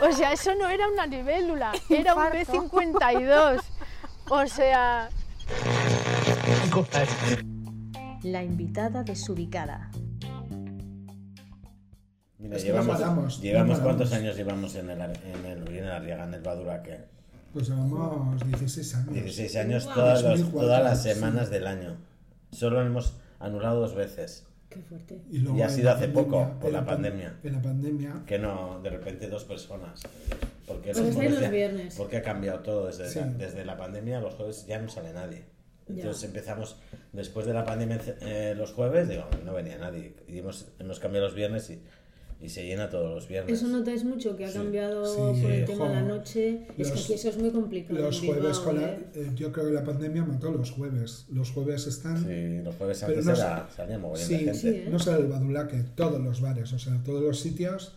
[SPEAKER 10] O sea, eso no era una libélula, era un B52. O sea,
[SPEAKER 5] La invitada desubicada.
[SPEAKER 4] Mira,
[SPEAKER 3] Es que no
[SPEAKER 4] llevamos,
[SPEAKER 3] paramos, no
[SPEAKER 4] llevamos cuántos
[SPEAKER 3] paramos.
[SPEAKER 4] años llevamos en el, ar- en el, en el Arriaga, en el Baduraque.
[SPEAKER 3] Pues llevamos 16 años.
[SPEAKER 4] 16 años todas,
[SPEAKER 3] Wow.
[SPEAKER 4] los-
[SPEAKER 3] 2004,
[SPEAKER 4] todas las
[SPEAKER 3] sí.
[SPEAKER 4] semanas del año. Solo hemos anulado dos veces.
[SPEAKER 2] Qué fuerte.
[SPEAKER 3] Y, luego
[SPEAKER 4] Y ha
[SPEAKER 3] en
[SPEAKER 4] sido
[SPEAKER 3] la
[SPEAKER 4] hace
[SPEAKER 3] pandemia,
[SPEAKER 4] poco, por
[SPEAKER 3] en
[SPEAKER 4] la
[SPEAKER 3] pan-
[SPEAKER 4] pandemia.
[SPEAKER 3] En la pandemia,
[SPEAKER 4] Que no, de repente dos personas. Porque,
[SPEAKER 2] Pues
[SPEAKER 4] porque
[SPEAKER 2] es los
[SPEAKER 4] se-
[SPEAKER 2] viernes.
[SPEAKER 4] porque ha cambiado todo. Desde,
[SPEAKER 3] Sí.
[SPEAKER 4] la, desde la pandemia los jueves ya no sale nadie.
[SPEAKER 2] Ya.
[SPEAKER 4] Entonces empezamos, después de la pandemia eh, los jueves, digo, no venía nadie. Y hemos, hemos cambiado los viernes y, y se llena todos los viernes.
[SPEAKER 2] Eso notáis mucho que ha cambiado
[SPEAKER 3] Sí,
[SPEAKER 2] por el
[SPEAKER 3] eh,
[SPEAKER 2] tema de la
[SPEAKER 3] jo.
[SPEAKER 2] noche. es que
[SPEAKER 3] Los-
[SPEAKER 2] aquí eso es muy complicado.
[SPEAKER 3] Los
[SPEAKER 2] en Bilbao,
[SPEAKER 3] jueves con la-
[SPEAKER 2] ¿eh?
[SPEAKER 3] eh, yo creo que la pandemia mató los jueves. Los jueves están,
[SPEAKER 4] Sí, los jueves
[SPEAKER 3] Pero
[SPEAKER 4] antes
[SPEAKER 3] no
[SPEAKER 4] era-
[SPEAKER 3] sé-
[SPEAKER 4] salía mogollón de
[SPEAKER 3] sí,
[SPEAKER 4] gente.
[SPEAKER 2] sí, ¿eh?
[SPEAKER 3] no solo el Badulaque, todos los bares, o sea, todos los sitios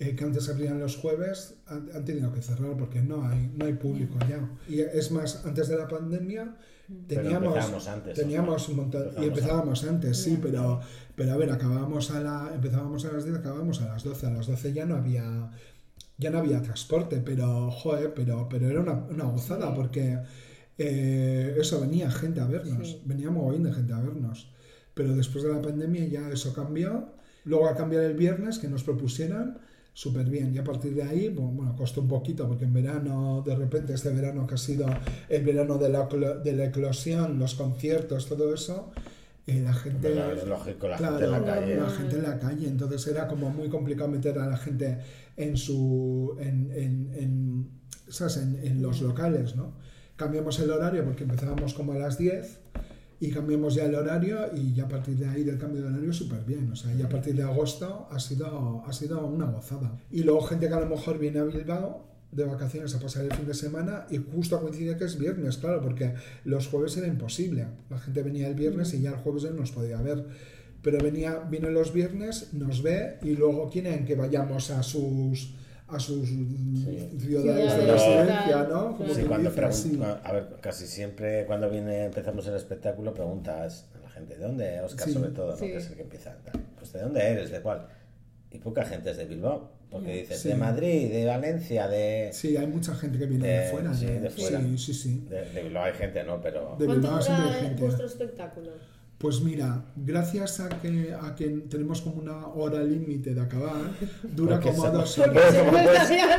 [SPEAKER 3] eh, que antes abrían los jueves, han, han tenido que cerrar porque no hay, no hay público ya. Y es más, antes de la pandemia teníamos,
[SPEAKER 4] empezábamos antes,
[SPEAKER 3] teníamos
[SPEAKER 4] Oscar.
[SPEAKER 3] un montón y
[SPEAKER 4] Empezábamos
[SPEAKER 3] empezábamos antes, sí, pero, pero a ver, acabábamos a la, empezábamos a las 10, acabábamos a las 12. A las 12 ya no había ya no había transporte, pero joder, pero, pero era una, una gozada porque eh, eso venía gente a vernos, venía mogollón de gente a vernos. Pero después de la pandemia ya eso cambió. Luego a cambiar el viernes que nos propusieron, súper bien. Y a partir de ahí, bu- bueno, costó un poquito porque en verano, de repente este verano que ha sido el verano de la, eclo- de la eclosión, los conciertos, todo eso, eh, la gente...
[SPEAKER 4] Bueno, es lógico, la gente en la calle.
[SPEAKER 3] La gente en la calle, entonces era como muy complicado meter a la gente en su. en, en, en, ¿sabes? en, en los locales, ¿no? Cambiamos el horario porque empezábamos como a las 10 y cambiamos ya el horario y ya a partir de ahí del cambio de horario súper bien, o sea, y a partir de agosto ha sido, ha sido una gozada. Y luego gente que a lo mejor viene a Bilbao de vacaciones a pasar el fin de semana y justo coincide que es viernes, claro, porque los jueves era imposible. La gente venía el viernes y ya el jueves no nos podía ver. Pero venía, vino los viernes, nos ve y luego quieren que vayamos a sus a sus ciudades de
[SPEAKER 5] Ciudades,
[SPEAKER 3] residencia,
[SPEAKER 5] tal,
[SPEAKER 3] ¿no? Como
[SPEAKER 4] Sí,
[SPEAKER 3] quien
[SPEAKER 4] cuando
[SPEAKER 3] dice,
[SPEAKER 4] pregun-
[SPEAKER 3] sí.
[SPEAKER 4] cua- a ver, casi siempre cuando viene empezamos el espectáculo preguntas a la gente, ¿de dónde? Oscar
[SPEAKER 3] Sí,
[SPEAKER 4] sobre todo, ¿no?
[SPEAKER 2] sí.
[SPEAKER 4] que es el que empieza. tal. Pues ¿de dónde eres? ¿De cuál? Y poca gente es de Bilbao, porque dices,
[SPEAKER 3] sí.
[SPEAKER 4] de Madrid, de Valencia, de...
[SPEAKER 3] Sí, hay mucha gente que viene de
[SPEAKER 4] Eh,
[SPEAKER 3] fuera.
[SPEAKER 4] sí,
[SPEAKER 3] ¿no?
[SPEAKER 4] de fuera.
[SPEAKER 3] Sí, sí, sí.
[SPEAKER 4] De, de Bilbao hay gente, ¿no? Pero...
[SPEAKER 3] De
[SPEAKER 1] ¿Cuánto
[SPEAKER 3] Bilbao siempre hay
[SPEAKER 1] dura
[SPEAKER 3] gente.
[SPEAKER 1] vuestro espectáculo?
[SPEAKER 3] Pues mira, gracias a que, a que tenemos como una hora límite de acabar, dura
[SPEAKER 4] Porque
[SPEAKER 3] como
[SPEAKER 4] se-
[SPEAKER 3] dos
[SPEAKER 4] Porque
[SPEAKER 3] horas.
[SPEAKER 4] se-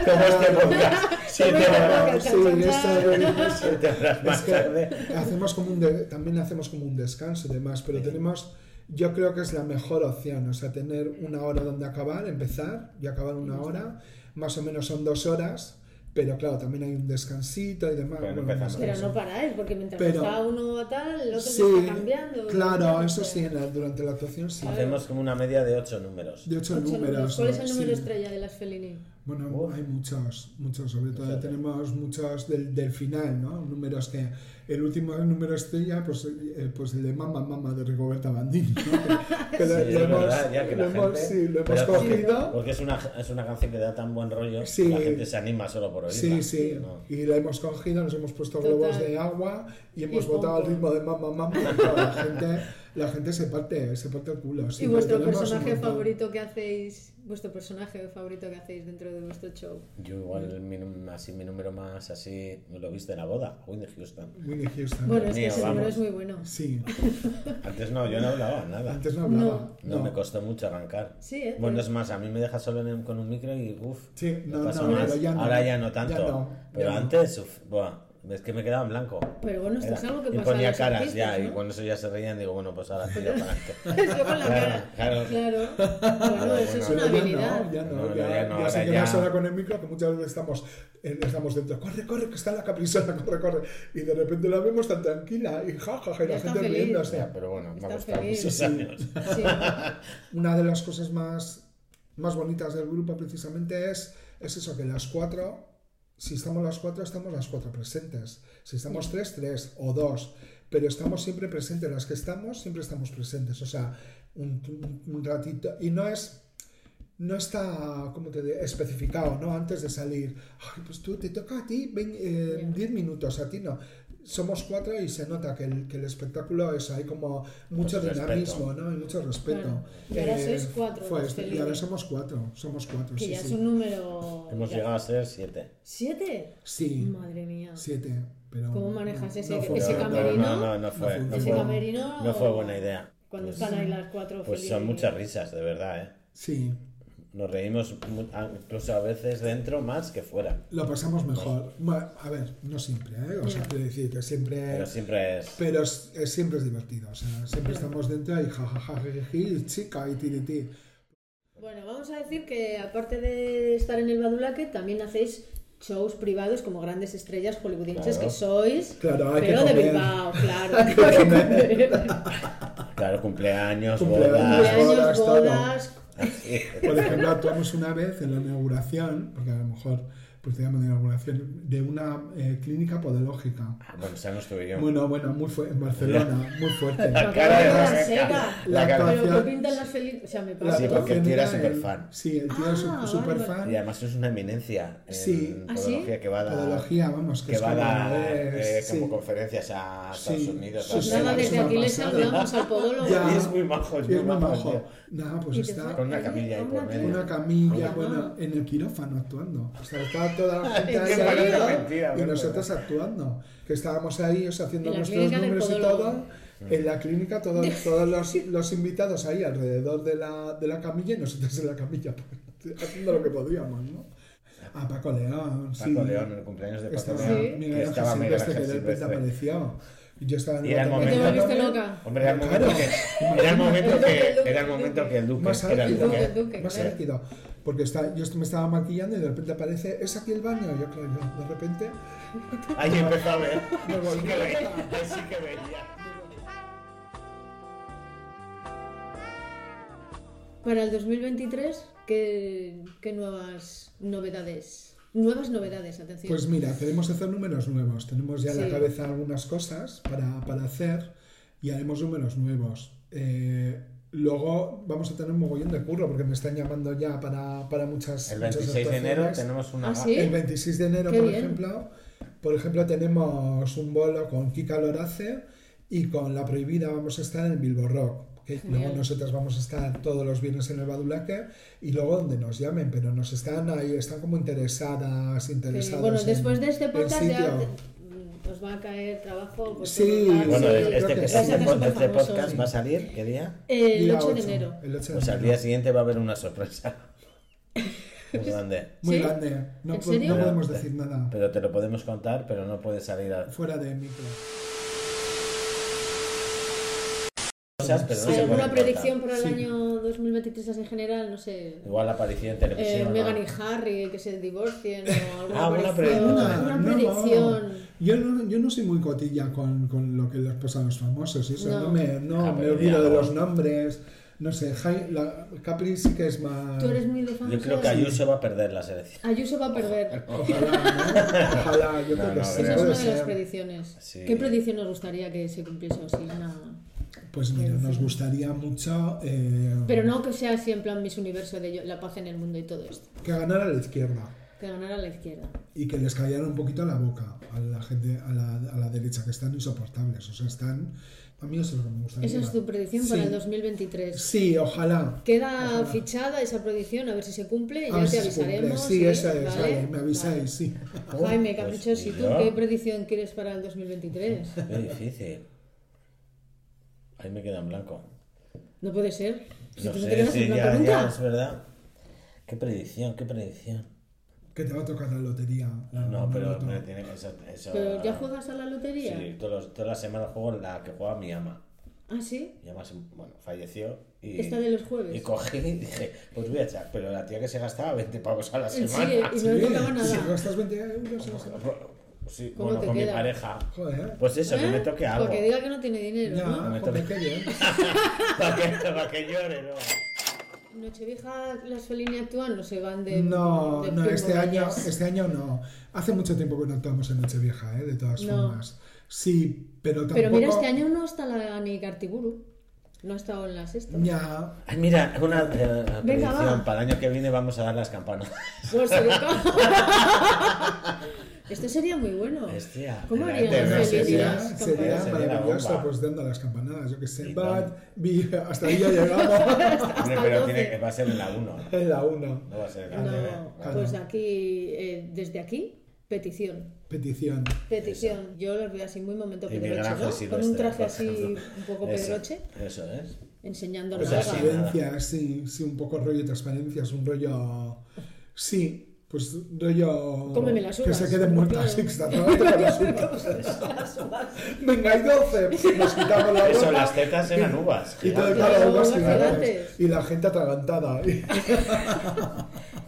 [SPEAKER 4] ¿Cómo es- cómo es que podcast?
[SPEAKER 1] este
[SPEAKER 4] Siete horas.
[SPEAKER 3] Sí, eso es.
[SPEAKER 4] Siete horas
[SPEAKER 3] Es
[SPEAKER 4] más
[SPEAKER 3] que
[SPEAKER 4] tarde.
[SPEAKER 3] hacemos como un de- también hacemos como un descanso y demás, pero tenemos, yo creo que es la mejor opción, o sea, tener una hora donde acabar, empezar y acabar una hora, más o menos son dos horas, pero claro, también hay un descansito y demás.
[SPEAKER 4] Pero no
[SPEAKER 3] bueno, más
[SPEAKER 4] empezamos.
[SPEAKER 3] o menos.
[SPEAKER 1] Pero no paráis, porque mientras
[SPEAKER 3] Pero-
[SPEAKER 1] está uno a tal, el otro se
[SPEAKER 3] Sí,
[SPEAKER 1] está cambiando.
[SPEAKER 3] claro,
[SPEAKER 1] Entonces,
[SPEAKER 3] eso sí, en la- durante la actuación sí.
[SPEAKER 4] Hacemos como una media de ocho números.
[SPEAKER 3] De ocho,
[SPEAKER 1] ocho números.
[SPEAKER 3] números.
[SPEAKER 1] ¿Cuál
[SPEAKER 3] ¿no?
[SPEAKER 1] es el número
[SPEAKER 3] Sí.
[SPEAKER 1] estrella de las Fellini?
[SPEAKER 3] Bueno, hay muchos, muchos, sobre todo ya tenemos muchos del, del final, ¿no? Números que el último número estrella, pues, eh, pues el de Mamma Mamma de Rigoberta Bandini, ¿no? Que, que lo,
[SPEAKER 4] Sí,
[SPEAKER 3] lo
[SPEAKER 4] es
[SPEAKER 3] hemos,
[SPEAKER 4] verdad, ya que la
[SPEAKER 3] lo hemos-
[SPEAKER 4] gente-
[SPEAKER 3] sí, lo hemos
[SPEAKER 4] pero porque-
[SPEAKER 3] cogido.
[SPEAKER 4] Porque es una, es una canción que da tan buen rollo que
[SPEAKER 3] Sí.
[SPEAKER 4] la gente se anima solo por oírla.
[SPEAKER 3] Sí, sí,
[SPEAKER 4] ¿no?
[SPEAKER 3] y la hemos cogido, nos hemos puesto
[SPEAKER 1] Total.
[SPEAKER 3] globos de agua y hemos
[SPEAKER 1] Y
[SPEAKER 3] botado al
[SPEAKER 1] pompo.
[SPEAKER 3] ritmo de Mamma Mamma. y claro, la, gente, la gente se parte, se parte el culo. sí,
[SPEAKER 1] ¿Y
[SPEAKER 3] lo
[SPEAKER 1] vuestro
[SPEAKER 3] tenemos un
[SPEAKER 1] personaje
[SPEAKER 3] montón.
[SPEAKER 1] favorito que hacéis? ¿Vuestro personaje favorito que hacéis dentro de vuestro show?
[SPEAKER 4] Yo igual, mi, num- así, mi número más así, me lo viste en la boda, Whitney Houston.
[SPEAKER 3] Whitney Houston.
[SPEAKER 1] Bueno, es que
[SPEAKER 4] Mío,
[SPEAKER 1] ese número
[SPEAKER 4] vamos.
[SPEAKER 1] es muy bueno.
[SPEAKER 3] Sí,
[SPEAKER 4] Antes no, yo no hablaba nada.
[SPEAKER 3] antes no hablaba.
[SPEAKER 4] No, me costó mucho arrancar.
[SPEAKER 1] Sí, ¿eh?
[SPEAKER 4] Bueno, es más, a mí me deja solo en el- con un micro y uff.
[SPEAKER 3] Sí, no,
[SPEAKER 4] pasa
[SPEAKER 3] no,
[SPEAKER 4] más.
[SPEAKER 3] pero ya no.
[SPEAKER 4] Ahora ya no tanto.
[SPEAKER 3] Ya no, ya
[SPEAKER 4] pero
[SPEAKER 3] no.
[SPEAKER 4] antes, uf, buah, es que me quedaba en blanco.
[SPEAKER 1] Pero bueno, esto
[SPEAKER 4] Era-
[SPEAKER 1] es algo que
[SPEAKER 4] y
[SPEAKER 1] pasa a
[SPEAKER 4] ponía
[SPEAKER 1] los
[SPEAKER 4] caras
[SPEAKER 1] artistas,
[SPEAKER 4] ya, y
[SPEAKER 1] ¿no?
[SPEAKER 4] cuando eso ya se reían, digo, bueno, pues ahora tira para adelante.
[SPEAKER 1] Eso con la
[SPEAKER 4] Claro,
[SPEAKER 1] cara.
[SPEAKER 4] claro.
[SPEAKER 1] Claro. Bueno, eso es
[SPEAKER 4] Pero
[SPEAKER 1] una
[SPEAKER 3] Pero
[SPEAKER 1] habilidad.
[SPEAKER 3] Ya no, ya no,
[SPEAKER 4] No, no,
[SPEAKER 3] ya,
[SPEAKER 4] ya no,
[SPEAKER 3] ya
[SPEAKER 4] ahora
[SPEAKER 3] sé que
[SPEAKER 4] ya.
[SPEAKER 3] no suena con el micro, que muchas veces estamos, eh, estamos dentro, corre, corre, que está la caprichosa, corre, corre. Y de repente la vemos tan tranquila y jajaja, y
[SPEAKER 1] Ya
[SPEAKER 3] la
[SPEAKER 1] está
[SPEAKER 3] gente
[SPEAKER 1] feliz.
[SPEAKER 3] riendo. O
[SPEAKER 4] Ya,
[SPEAKER 3] sea,
[SPEAKER 4] pero bueno, me ha
[SPEAKER 1] Está
[SPEAKER 4] costado
[SPEAKER 1] feliz.
[SPEAKER 4] muchos
[SPEAKER 1] Sí.
[SPEAKER 4] años.
[SPEAKER 1] Sí.
[SPEAKER 3] una de las cosas más, más bonitas del grupo precisamente es, es eso, que las cuatro, si estamos las cuatro, estamos las cuatro presentes. Si estamos tres, tres o dos, pero estamos siempre presentes. Las que estamos, siempre estamos presentes. O sea, un, un- un ratito. Y no es... No está, como te digo, especificado, ¿no? Antes de salir, ay, pues tú te toca a ti 10 minutos, a ti no. Somos cuatro y se nota que el, que el espectáculo es, hay como mucho
[SPEAKER 4] Mucho respeto.
[SPEAKER 3] dinamismo, ¿no? Hay mucho respeto.
[SPEAKER 1] Claro. Y ahora sois cuatro,
[SPEAKER 3] eh, fue
[SPEAKER 1] los
[SPEAKER 3] esto. y
[SPEAKER 1] Felipe.
[SPEAKER 3] ahora somos cuatro, somos cuatro.
[SPEAKER 1] Que
[SPEAKER 3] sí,
[SPEAKER 1] ya
[SPEAKER 3] sí.
[SPEAKER 1] es un número.
[SPEAKER 4] Hemos
[SPEAKER 1] ya-
[SPEAKER 4] llegado a ser siete.
[SPEAKER 1] ¿Siete?
[SPEAKER 3] Sí,
[SPEAKER 1] Madre mía.
[SPEAKER 3] siete. Pero
[SPEAKER 1] ¿Cómo manejas ese-
[SPEAKER 3] fue-
[SPEAKER 1] ese
[SPEAKER 4] No, no,
[SPEAKER 1] camerino?
[SPEAKER 4] No, no, no fue.
[SPEAKER 3] No
[SPEAKER 4] No
[SPEAKER 3] fue.
[SPEAKER 1] ¿Ese
[SPEAKER 4] fue,
[SPEAKER 1] camerino?
[SPEAKER 4] no fue buena idea.
[SPEAKER 1] Cuando
[SPEAKER 4] Pues-
[SPEAKER 1] están ahí las cuatro
[SPEAKER 4] Pues son
[SPEAKER 1] Fellini.
[SPEAKER 4] muchas risas, de verdad, ¿eh?
[SPEAKER 3] Sí,
[SPEAKER 4] Nos reímos mu- a- incluso a veces dentro más que fuera.
[SPEAKER 3] lo pasamos mejor. Ma- A ver, no siempre, ¿eh? O sea, quiero decir que siempre...
[SPEAKER 4] Pero siempre es...
[SPEAKER 3] Pero es- es- siempre es divertido, o sea, siempre estamos dentro y jajaja, y chica, y tiriti.
[SPEAKER 1] Bueno, vamos a decir que aparte de estar en el Badulaque, también hacéis shows privados como grandes estrellas hollywoodienses
[SPEAKER 4] Claro.
[SPEAKER 1] que sois.
[SPEAKER 3] Claro, hay que
[SPEAKER 1] pero de
[SPEAKER 3] comer.
[SPEAKER 1] Bilbao, claro. hay que comer.
[SPEAKER 4] Claro, cumpleaños,
[SPEAKER 3] Cumpleaños.
[SPEAKER 4] bodas...
[SPEAKER 1] Cumpleaños,
[SPEAKER 3] Bodas, todo.
[SPEAKER 1] bodas.
[SPEAKER 4] así.
[SPEAKER 3] Por ejemplo, actuamos una vez en la inauguración, porque a lo mejor pues digamos, de inauguración de una eh, clínica podológica.
[SPEAKER 4] Bueno, esa no estuve yo.
[SPEAKER 3] Bueno, bueno, muy fuerte, en Barcelona, muy fuerte.
[SPEAKER 4] La cara de
[SPEAKER 1] La
[SPEAKER 4] Rebeca.
[SPEAKER 1] seca.
[SPEAKER 4] La cara de
[SPEAKER 1] Pero que pintan las felices. O sea, me
[SPEAKER 3] La
[SPEAKER 1] pasa.
[SPEAKER 4] Sí, porque el tío era
[SPEAKER 3] actuación
[SPEAKER 4] superfan.
[SPEAKER 3] Sí, el tío era súper fan.
[SPEAKER 4] Y además es una eminencia en
[SPEAKER 3] Sí.
[SPEAKER 1] ¿Ah, sí?
[SPEAKER 4] podología que va a dar,
[SPEAKER 3] Podología, vamos, que,
[SPEAKER 4] que
[SPEAKER 3] es
[SPEAKER 4] va a dar
[SPEAKER 3] como, eh,
[SPEAKER 4] eh,
[SPEAKER 3] sí.
[SPEAKER 4] como conferencias a Estados
[SPEAKER 3] Sí.
[SPEAKER 4] Unidos.
[SPEAKER 3] Sí,
[SPEAKER 4] a
[SPEAKER 3] sí,
[SPEAKER 4] Nueva
[SPEAKER 1] Nada,
[SPEAKER 4] York.
[SPEAKER 3] es
[SPEAKER 1] desde
[SPEAKER 3] una
[SPEAKER 1] aquí les
[SPEAKER 3] pasada.
[SPEAKER 1] saludamos al podólogo.
[SPEAKER 3] Ya.
[SPEAKER 4] Y es muy majo, es
[SPEAKER 3] Y
[SPEAKER 4] muy
[SPEAKER 3] es muy
[SPEAKER 4] majo.
[SPEAKER 3] majo.
[SPEAKER 4] tío.
[SPEAKER 3] Nada, pues está
[SPEAKER 4] Con una camilla ahí por medio.
[SPEAKER 3] una camilla, bueno, en el quirófano actuando. O sea, estaba toda la gente ahí
[SPEAKER 4] Qué
[SPEAKER 3] ahí,
[SPEAKER 4] parece mentira,
[SPEAKER 3] y
[SPEAKER 4] ¿verdad?
[SPEAKER 3] nosotros actuando. Que estábamos ahí, o sea, haciendo
[SPEAKER 1] En la
[SPEAKER 3] nuestros
[SPEAKER 1] clínica del
[SPEAKER 3] números y
[SPEAKER 1] podólogo.
[SPEAKER 3] todo. En la clínica, todo- todos los, los invitados ahí alrededor de la, de la camilla y nosotros en la camilla, haciendo lo que podíamos, ¿no? Ah, Paco León, sí.
[SPEAKER 4] Paco León, en el cumpleaños de Paco
[SPEAKER 3] Estaba Miguel
[SPEAKER 4] León. que
[SPEAKER 3] Ángel
[SPEAKER 4] estaba Miguel
[SPEAKER 3] Silvestre, este
[SPEAKER 4] Ángel
[SPEAKER 3] que de repente
[SPEAKER 4] Silvestre.
[SPEAKER 3] apareció. Y yo estaba en
[SPEAKER 4] Y era el
[SPEAKER 3] otro
[SPEAKER 4] momento.
[SPEAKER 3] momento.
[SPEAKER 1] Te volviste loca.
[SPEAKER 4] Hombre, era el momento
[SPEAKER 3] Claro.
[SPEAKER 4] que. Era el momento que. Era el momento que el Duque.
[SPEAKER 3] Más
[SPEAKER 4] Era el
[SPEAKER 3] álgido,
[SPEAKER 4] Duque.
[SPEAKER 3] más
[SPEAKER 4] claro.
[SPEAKER 3] álgido. Porque está, yo est- me estaba maquillando y de repente aparece, ¿es aquí el baño? Yo creo, yo, de repente,
[SPEAKER 4] Ahí empezó a ver.
[SPEAKER 3] Me volví
[SPEAKER 4] Sí que veía. Sí que veía.
[SPEAKER 1] Para el 2023, ¿qué, qué nuevas novedades? Nuevas novedades, atención.
[SPEAKER 3] pues mira, queremos hacer números nuevos. Tenemos ya en la
[SPEAKER 1] Sí.
[SPEAKER 3] cabeza algunas cosas para, para hacer y haremos números nuevos. Eh, luego vamos a tener un mogollón de curro porque me están llamando ya para, para muchas
[SPEAKER 4] El
[SPEAKER 3] muchas
[SPEAKER 4] 26 de enero
[SPEAKER 3] actuaciones.
[SPEAKER 4] tenemos una.
[SPEAKER 1] ¿Ah, sí?
[SPEAKER 3] El 26 de enero,
[SPEAKER 1] Qué
[SPEAKER 3] por
[SPEAKER 1] bien.
[SPEAKER 3] ejemplo, por ejemplo, tenemos un bolo con Kika Lorace y con La Prohibida vamos a estar en Bilbo Rock. Que luego nosotras vamos a estar todos los viernes en el Badulaque y luego donde nos llamen, pero nos están ahí, están como interesadas, interesados.
[SPEAKER 1] bueno,
[SPEAKER 3] en
[SPEAKER 1] después de este
[SPEAKER 3] el
[SPEAKER 1] podcast ya
[SPEAKER 3] sitio.
[SPEAKER 1] te- mm, os va a caer trabajo. pues,
[SPEAKER 3] Sí.
[SPEAKER 1] por
[SPEAKER 4] Bueno,
[SPEAKER 1] montar,
[SPEAKER 3] yo
[SPEAKER 4] este,
[SPEAKER 3] creo que
[SPEAKER 4] este
[SPEAKER 3] sí.
[SPEAKER 4] pod-
[SPEAKER 1] Súper
[SPEAKER 4] este
[SPEAKER 1] famoso,
[SPEAKER 4] podcast
[SPEAKER 1] sí.
[SPEAKER 4] va a salir, ¿qué día?
[SPEAKER 1] Eh, El
[SPEAKER 3] Día
[SPEAKER 1] 8 de
[SPEAKER 3] ocho,
[SPEAKER 1] enero.
[SPEAKER 3] El 8 de
[SPEAKER 4] O sea, al
[SPEAKER 3] enero.
[SPEAKER 4] día siguiente va a haber una sorpresa. Muy grande.
[SPEAKER 3] Muy
[SPEAKER 1] ¿Sí?
[SPEAKER 3] grande. ¿eh? No,
[SPEAKER 1] ¿En
[SPEAKER 3] po- no
[SPEAKER 1] serio?
[SPEAKER 3] podemos decir nada.
[SPEAKER 4] Pero te lo podemos contar, pero no puede salir a
[SPEAKER 3] Fuera de micro.
[SPEAKER 4] cosas, pero no se pueden
[SPEAKER 1] ¿Alguna
[SPEAKER 4] contar.
[SPEAKER 1] predicción para el
[SPEAKER 3] Sí.
[SPEAKER 1] año 2023 así en general? No sé.
[SPEAKER 4] Igual la aparición en
[SPEAKER 1] Eh,
[SPEAKER 4] televisión. ¿no?
[SPEAKER 1] Megan y Harry que se divorcien o alguna
[SPEAKER 4] Ah, una
[SPEAKER 1] aparición,
[SPEAKER 4] predicción.
[SPEAKER 1] Una
[SPEAKER 3] no.
[SPEAKER 1] predicción.
[SPEAKER 3] Yo no, yo no soy muy cotilla con, con lo que les pasa a los famosos. y Eso. No.
[SPEAKER 1] No.
[SPEAKER 3] me, no,
[SPEAKER 4] Ah,
[SPEAKER 3] me
[SPEAKER 4] pero
[SPEAKER 3] olvido
[SPEAKER 4] ya
[SPEAKER 3] de
[SPEAKER 4] no.
[SPEAKER 3] los nombres. No sé, Jai- la, Capri sí que es más.
[SPEAKER 1] Tú eres muy de fan.
[SPEAKER 4] Yo creo que Ayuso va a perder la selección.
[SPEAKER 1] Ayuso va a perder.
[SPEAKER 3] Ojalá, ¿no? Ojalá, yo
[SPEAKER 4] No,
[SPEAKER 3] creo que
[SPEAKER 4] no,
[SPEAKER 1] Esa
[SPEAKER 3] sí.
[SPEAKER 1] es
[SPEAKER 3] puede
[SPEAKER 1] una de las
[SPEAKER 3] ser.
[SPEAKER 1] predicciones.
[SPEAKER 4] Sí.
[SPEAKER 1] ¿Qué predicción nos gustaría que se cumpliese o sí? Una...
[SPEAKER 3] Pues mira, nos gustaría mucho eh,
[SPEAKER 1] Pero no que sea así en plan Miss Universo de yo- la paz en el mundo y todo esto.
[SPEAKER 3] que ganara la izquierda
[SPEAKER 1] Que ganara la izquierda.
[SPEAKER 3] y que les callara un poquito la boca a la gente, a la, a la derecha, que están insoportables. O sea, están. A mí eso es lo que me gustaría.
[SPEAKER 1] Esa es tu predicción para
[SPEAKER 3] Sí.
[SPEAKER 1] el 2023.
[SPEAKER 3] Sí, ojalá.
[SPEAKER 1] Queda
[SPEAKER 3] Ojalá.
[SPEAKER 1] fichada esa predicción, a ver si se cumple y
[SPEAKER 3] A
[SPEAKER 1] ya
[SPEAKER 3] ver
[SPEAKER 1] te
[SPEAKER 3] si se cumple.
[SPEAKER 1] avisaremos. ¿eh?
[SPEAKER 3] Sí, esa es.
[SPEAKER 1] ¿vale?
[SPEAKER 3] vale, me avisáis, sí.
[SPEAKER 1] Vale. Jaime Camacho,
[SPEAKER 4] Pues,
[SPEAKER 1] si
[SPEAKER 4] ¿y
[SPEAKER 1] tú
[SPEAKER 4] yo?
[SPEAKER 1] qué predicción quieres para el 2023?
[SPEAKER 4] Qué difícil. Ahí me queda en blanco.
[SPEAKER 1] No puede ser. Si
[SPEAKER 4] No
[SPEAKER 1] tú no
[SPEAKER 4] sé,
[SPEAKER 1] te
[SPEAKER 4] sí,
[SPEAKER 1] una
[SPEAKER 4] ya, ya, es
[SPEAKER 1] pregunta.
[SPEAKER 4] verdad. Qué predicción, qué predicción.
[SPEAKER 3] Que te va a tocar la lotería. La-
[SPEAKER 4] No,
[SPEAKER 3] la
[SPEAKER 4] pero
[SPEAKER 3] loto.
[SPEAKER 4] me tiene que eso, eso-
[SPEAKER 1] Pero ya juegas a la lotería.
[SPEAKER 4] Sí, todos los- todas las semanas juego la que juega mi ama.
[SPEAKER 1] Ah, sí.
[SPEAKER 4] Mi ama se- bueno, falleció y.
[SPEAKER 1] Esta de los jueves.
[SPEAKER 4] Y cogí y dije, pues voy a echar. Pero la tía que se gastaba 20 pavos a la
[SPEAKER 1] Sí,
[SPEAKER 4] semana.
[SPEAKER 1] y no le
[SPEAKER 3] Sí,
[SPEAKER 1] tocaba
[SPEAKER 3] Si
[SPEAKER 1] nada.
[SPEAKER 3] gastas 20 euros, no sé.
[SPEAKER 4] Sí,
[SPEAKER 1] ¿Cómo
[SPEAKER 4] bueno,
[SPEAKER 1] te
[SPEAKER 4] con mi
[SPEAKER 1] queda? ¿Eh?
[SPEAKER 4] pareja.
[SPEAKER 3] Joder. ¿eh?
[SPEAKER 4] Pues eso, que me toque algo.
[SPEAKER 1] Porque diga que no tiene dinero.
[SPEAKER 3] Ya,
[SPEAKER 1] ¿no?
[SPEAKER 4] me
[SPEAKER 3] joder,
[SPEAKER 4] toque.
[SPEAKER 3] qué bien.
[SPEAKER 4] para, que, para que llore, ¿no?
[SPEAKER 1] Nochevieja, las Fellini actúan, no se van de.
[SPEAKER 3] No,
[SPEAKER 1] de
[SPEAKER 3] no, este año,
[SPEAKER 1] primordiales.
[SPEAKER 3] este año no. Hace mucho tiempo que no actuamos en Nochevieja, ¿eh? de todas
[SPEAKER 1] No.
[SPEAKER 3] formas. Sí, pero tampoco...
[SPEAKER 1] Pero mira, este año no está la ni Cartiburu. No ha estado en las estas.
[SPEAKER 3] Ya,
[SPEAKER 4] Ay, mira, una eh, predicción.
[SPEAKER 1] va.
[SPEAKER 4] Para el año que viene vamos a dar las campanas.
[SPEAKER 1] Por supuesto. Esto Este sería muy bueno.
[SPEAKER 4] Hostia,
[SPEAKER 1] ¿Cómo
[SPEAKER 4] era
[SPEAKER 1] harían
[SPEAKER 4] de
[SPEAKER 1] las
[SPEAKER 4] veces,
[SPEAKER 1] Fellini
[SPEAKER 4] era-
[SPEAKER 3] sería,
[SPEAKER 1] las
[SPEAKER 4] Campanadas.
[SPEAKER 3] sería
[SPEAKER 1] campanas?
[SPEAKER 4] Sería la
[SPEAKER 3] maravilloso,
[SPEAKER 4] bomba.
[SPEAKER 3] pues dando las campanadas, yo que sé.
[SPEAKER 4] Y
[SPEAKER 3] Bad,
[SPEAKER 4] tal.
[SPEAKER 3] vi- hasta ahí ya llegamos.
[SPEAKER 4] Hombre, pero tiene que, va a ser en la 1.
[SPEAKER 3] en la 1.
[SPEAKER 4] No va a ser ¿eh? en la
[SPEAKER 1] No,
[SPEAKER 4] 9.
[SPEAKER 1] pues aquí, eh, desde aquí, petición.
[SPEAKER 3] Petición.
[SPEAKER 1] Petición. Yo los veo así muy momento
[SPEAKER 4] Y Miguel
[SPEAKER 1] pedroche,
[SPEAKER 4] Ángel
[SPEAKER 1] ¿no?
[SPEAKER 4] Silvestre.
[SPEAKER 1] Con
[SPEAKER 3] este,
[SPEAKER 1] un traje
[SPEAKER 4] por
[SPEAKER 1] así
[SPEAKER 4] ejemplo.
[SPEAKER 1] un poco
[SPEAKER 4] Eso,
[SPEAKER 1] pedroche,
[SPEAKER 4] Eso es.
[SPEAKER 1] enseñando
[SPEAKER 4] Pues
[SPEAKER 1] nada.
[SPEAKER 4] así.
[SPEAKER 3] Transparencia, sí, sí, un poco rollo transparencia, es un rollo... Sí. Pues rollo...
[SPEAKER 1] Cómeme las
[SPEAKER 3] Que
[SPEAKER 1] uvas.
[SPEAKER 3] se queden muertas, sí,
[SPEAKER 1] Claro.
[SPEAKER 3] exactamente, con las uvas. Venga, hay 12. Nos quitamos la
[SPEAKER 4] Eso,
[SPEAKER 3] ropa.
[SPEAKER 4] las tetas eran uvas.
[SPEAKER 3] Y todo el
[SPEAKER 1] Claro,
[SPEAKER 3] calor, uvas
[SPEAKER 1] uvas
[SPEAKER 3] gigantes.
[SPEAKER 1] gigantes.
[SPEAKER 3] Y la gente atragantada.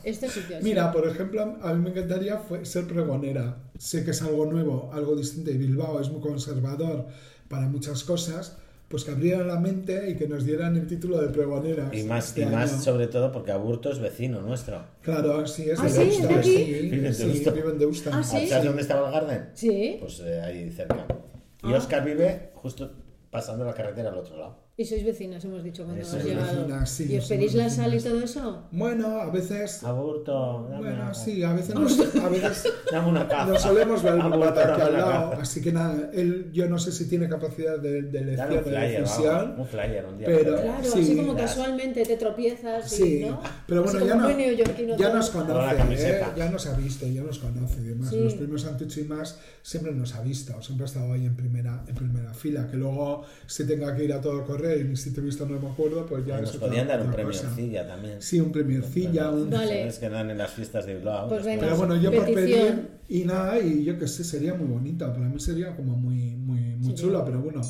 [SPEAKER 1] Este sitio.
[SPEAKER 3] Mira, por ejemplo, a mí me encantaría fue- ser pregonera. Sé que es algo nuevo, algo distinto y Bilbao es muy conservador para muchas cosas, pues que abrieran la mente y que nos dieran el título de pregoneras.
[SPEAKER 4] Y más,
[SPEAKER 3] este
[SPEAKER 4] y
[SPEAKER 3] año.
[SPEAKER 4] más sobre todo porque Aburto es vecino nuestro.
[SPEAKER 3] Claro, sí, es
[SPEAKER 1] ¿Ah,
[SPEAKER 3] de
[SPEAKER 1] sí? ¿Es de
[SPEAKER 3] Deusta,
[SPEAKER 1] aquí?
[SPEAKER 3] sí,
[SPEAKER 4] Viven de
[SPEAKER 3] sí,
[SPEAKER 4] Deusta.
[SPEAKER 3] viven de Deusta.
[SPEAKER 1] Ah, sí.
[SPEAKER 4] ¿Sabes dónde estaba el Garden?
[SPEAKER 1] Sí. Ah.
[SPEAKER 4] Pues eh, ahí cerca. Y Oscar vive justo pasando la carretera al otro lado.
[SPEAKER 1] Y sois vecinas, hemos dicho cuando
[SPEAKER 4] Eso
[SPEAKER 1] has
[SPEAKER 4] es,
[SPEAKER 1] llegado.
[SPEAKER 3] vecinas, sí,
[SPEAKER 1] ¿Y os
[SPEAKER 3] somos
[SPEAKER 1] pedís la
[SPEAKER 3] vecinas.
[SPEAKER 1] sal y todo eso?
[SPEAKER 3] Bueno, a veces...
[SPEAKER 4] Ah, Aburto, dame
[SPEAKER 3] Bueno,
[SPEAKER 4] algo.
[SPEAKER 3] sí, a veces, nos- a veces
[SPEAKER 4] Dame una caza.
[SPEAKER 3] nos solemos ver un
[SPEAKER 4] Aburto,
[SPEAKER 3] bata aquí
[SPEAKER 4] dame
[SPEAKER 3] al
[SPEAKER 4] una
[SPEAKER 3] lado,
[SPEAKER 4] caza.
[SPEAKER 3] así que nada, él yo no sé si tiene capacidad de, de elección,
[SPEAKER 4] Dale un
[SPEAKER 3] de
[SPEAKER 4] flyer,
[SPEAKER 3] decisión.
[SPEAKER 4] vamos, un flyer un día.
[SPEAKER 3] pero-
[SPEAKER 1] Claro,
[SPEAKER 3] Sí.
[SPEAKER 1] así como casualmente te tropiezas y,
[SPEAKER 3] Sí,
[SPEAKER 1] ¿no?
[SPEAKER 3] pero
[SPEAKER 1] Así
[SPEAKER 3] bueno,
[SPEAKER 1] como
[SPEAKER 3] ya, no,
[SPEAKER 1] muy neoyorquino
[SPEAKER 3] ya
[SPEAKER 1] todo.
[SPEAKER 3] nos
[SPEAKER 4] Ahora la
[SPEAKER 3] conoce, ¿eh?
[SPEAKER 4] camiseta.
[SPEAKER 3] ya nos ha visto, ya nos conoce y demás.
[SPEAKER 1] Sí.
[SPEAKER 3] Los primeros Santucho y más siempre nos ha visto, siempre ha estado ahí en primera, en primera fila. Que luego si tenga que ir a todo correr y si te he visto no me acuerdo, pues ya
[SPEAKER 4] Nos
[SPEAKER 3] es otra-
[SPEAKER 4] podían dar un
[SPEAKER 3] otra
[SPEAKER 4] premio
[SPEAKER 3] cosa.
[SPEAKER 4] encilla también.
[SPEAKER 3] Sí, un premiercilla, un...
[SPEAKER 1] Vale.
[SPEAKER 4] Es que dan en las fiestas de Bilbao.
[SPEAKER 1] Pues
[SPEAKER 4] las
[SPEAKER 1] venga.
[SPEAKER 3] Pero
[SPEAKER 4] ponen-
[SPEAKER 3] bueno, yo por
[SPEAKER 1] Petición.
[SPEAKER 3] pedir y nada, y yo que sé, sería muy bonita. Para mí sería como muy, muy, muy chula, pero bueno.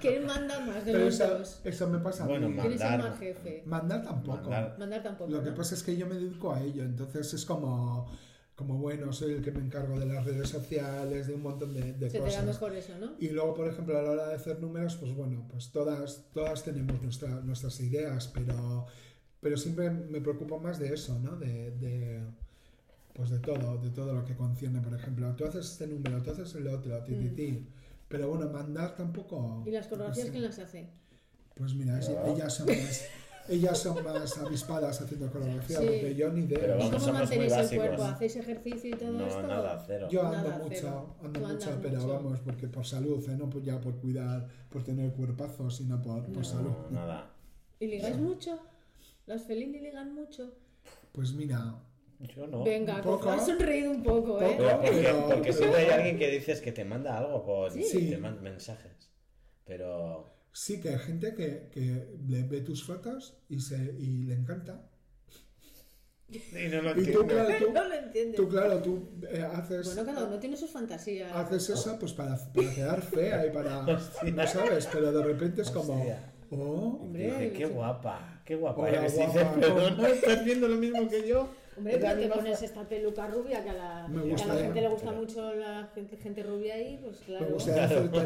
[SPEAKER 1] ¿Quién manda más de
[SPEAKER 3] Pero
[SPEAKER 1] los
[SPEAKER 3] eso,
[SPEAKER 1] dos?
[SPEAKER 3] eso me pasa. a
[SPEAKER 4] Bueno,
[SPEAKER 3] mí.
[SPEAKER 1] ¿Quién es el
[SPEAKER 4] mandar.
[SPEAKER 1] más jefe?
[SPEAKER 3] Mandar tampoco.
[SPEAKER 4] Mandar.
[SPEAKER 1] Mandar tampoco.
[SPEAKER 3] Lo que
[SPEAKER 1] ¿no?
[SPEAKER 3] pasa es que yo me dedico a ello, entonces es como, como bueno, soy el que me encargo de las redes sociales, de un montón de, de
[SPEAKER 1] Se te da
[SPEAKER 3] cosas.
[SPEAKER 1] mejor eso, ¿no?
[SPEAKER 3] Y luego, por ejemplo, a la hora de hacer números, pues bueno, pues todas, todas tenemos nuestra- nuestras ideas, pero, pero siempre me preocupo más de eso, ¿no? De, de- pues de todo, de todo lo que concierne, por ejemplo, tú haces este número, tú haces el otro, ti, ti, ti. Pero bueno, mandar tampoco...
[SPEAKER 1] Mm. ¿Y las coreografías
[SPEAKER 3] no sé.
[SPEAKER 1] quién las hace?
[SPEAKER 3] Pues mira, sí, ellas son más... Ellas son más avispadas haciendo coreografía,
[SPEAKER 1] Sí.
[SPEAKER 3] porque yo ni idea.
[SPEAKER 4] Pero
[SPEAKER 1] ¿Y
[SPEAKER 4] vamos,
[SPEAKER 1] cómo
[SPEAKER 4] somos muy
[SPEAKER 1] mantenéis el
[SPEAKER 4] básicos.
[SPEAKER 1] cuerpo? ¿Hacéis ejercicio y todo
[SPEAKER 4] No,
[SPEAKER 1] esto?
[SPEAKER 4] nada, cero.
[SPEAKER 3] Yo ando
[SPEAKER 1] Nada,
[SPEAKER 3] mucho,
[SPEAKER 1] cero.
[SPEAKER 3] ando
[SPEAKER 1] Tú
[SPEAKER 3] mucho,
[SPEAKER 1] andas
[SPEAKER 3] pero
[SPEAKER 1] mucho.
[SPEAKER 3] vamos, porque por salud, ¿eh? no por- ya por cuidar, por tener cuerpazo, sino por, por salud.
[SPEAKER 4] No, nada.
[SPEAKER 1] ¿Y ligáis mucho? ¿Las felini ligan mucho?
[SPEAKER 3] Pues mira,
[SPEAKER 4] Yo no.
[SPEAKER 1] Venga,
[SPEAKER 3] Un
[SPEAKER 1] que
[SPEAKER 3] poco.
[SPEAKER 1] has sonreído un poco, ¿eh?
[SPEAKER 3] Poco.
[SPEAKER 4] Pero porque,
[SPEAKER 3] Pero-
[SPEAKER 4] porque siempre hay alguien que dices que te manda algo por
[SPEAKER 3] Sí.
[SPEAKER 4] te manda mensajes. Pero
[SPEAKER 3] sí que hay gente que, que le ve tus fotos y, se, y le encanta.
[SPEAKER 4] y no lo
[SPEAKER 3] Y tú, claro, tú,
[SPEAKER 1] No lo entiendes.
[SPEAKER 3] tú, claro, tú, eh, haces,
[SPEAKER 1] Bueno, cada uno tiene sus fantasías.
[SPEAKER 3] haces eso pues para, para quedar fea y para... No sabes, pero de repente es como...
[SPEAKER 4] Hostia.
[SPEAKER 3] Oh,
[SPEAKER 1] Hombre,
[SPEAKER 4] Dije, qué
[SPEAKER 1] sí. Pues,
[SPEAKER 4] guapa, qué guapa
[SPEAKER 3] Hola,
[SPEAKER 4] eres.
[SPEAKER 3] guapa.
[SPEAKER 4] Dices, pero no estás viendo lo mismo que yo.
[SPEAKER 1] Hombre,
[SPEAKER 4] Es la
[SPEAKER 1] pero te
[SPEAKER 4] misma
[SPEAKER 1] pones esta peluca rubia que a la,
[SPEAKER 3] Me
[SPEAKER 1] que a la
[SPEAKER 3] gusta,
[SPEAKER 1] gente
[SPEAKER 3] eh.
[SPEAKER 1] le gusta mucho la gente, gente rubia ahí, pues
[SPEAKER 3] me
[SPEAKER 1] claro.
[SPEAKER 3] gustaría hacerte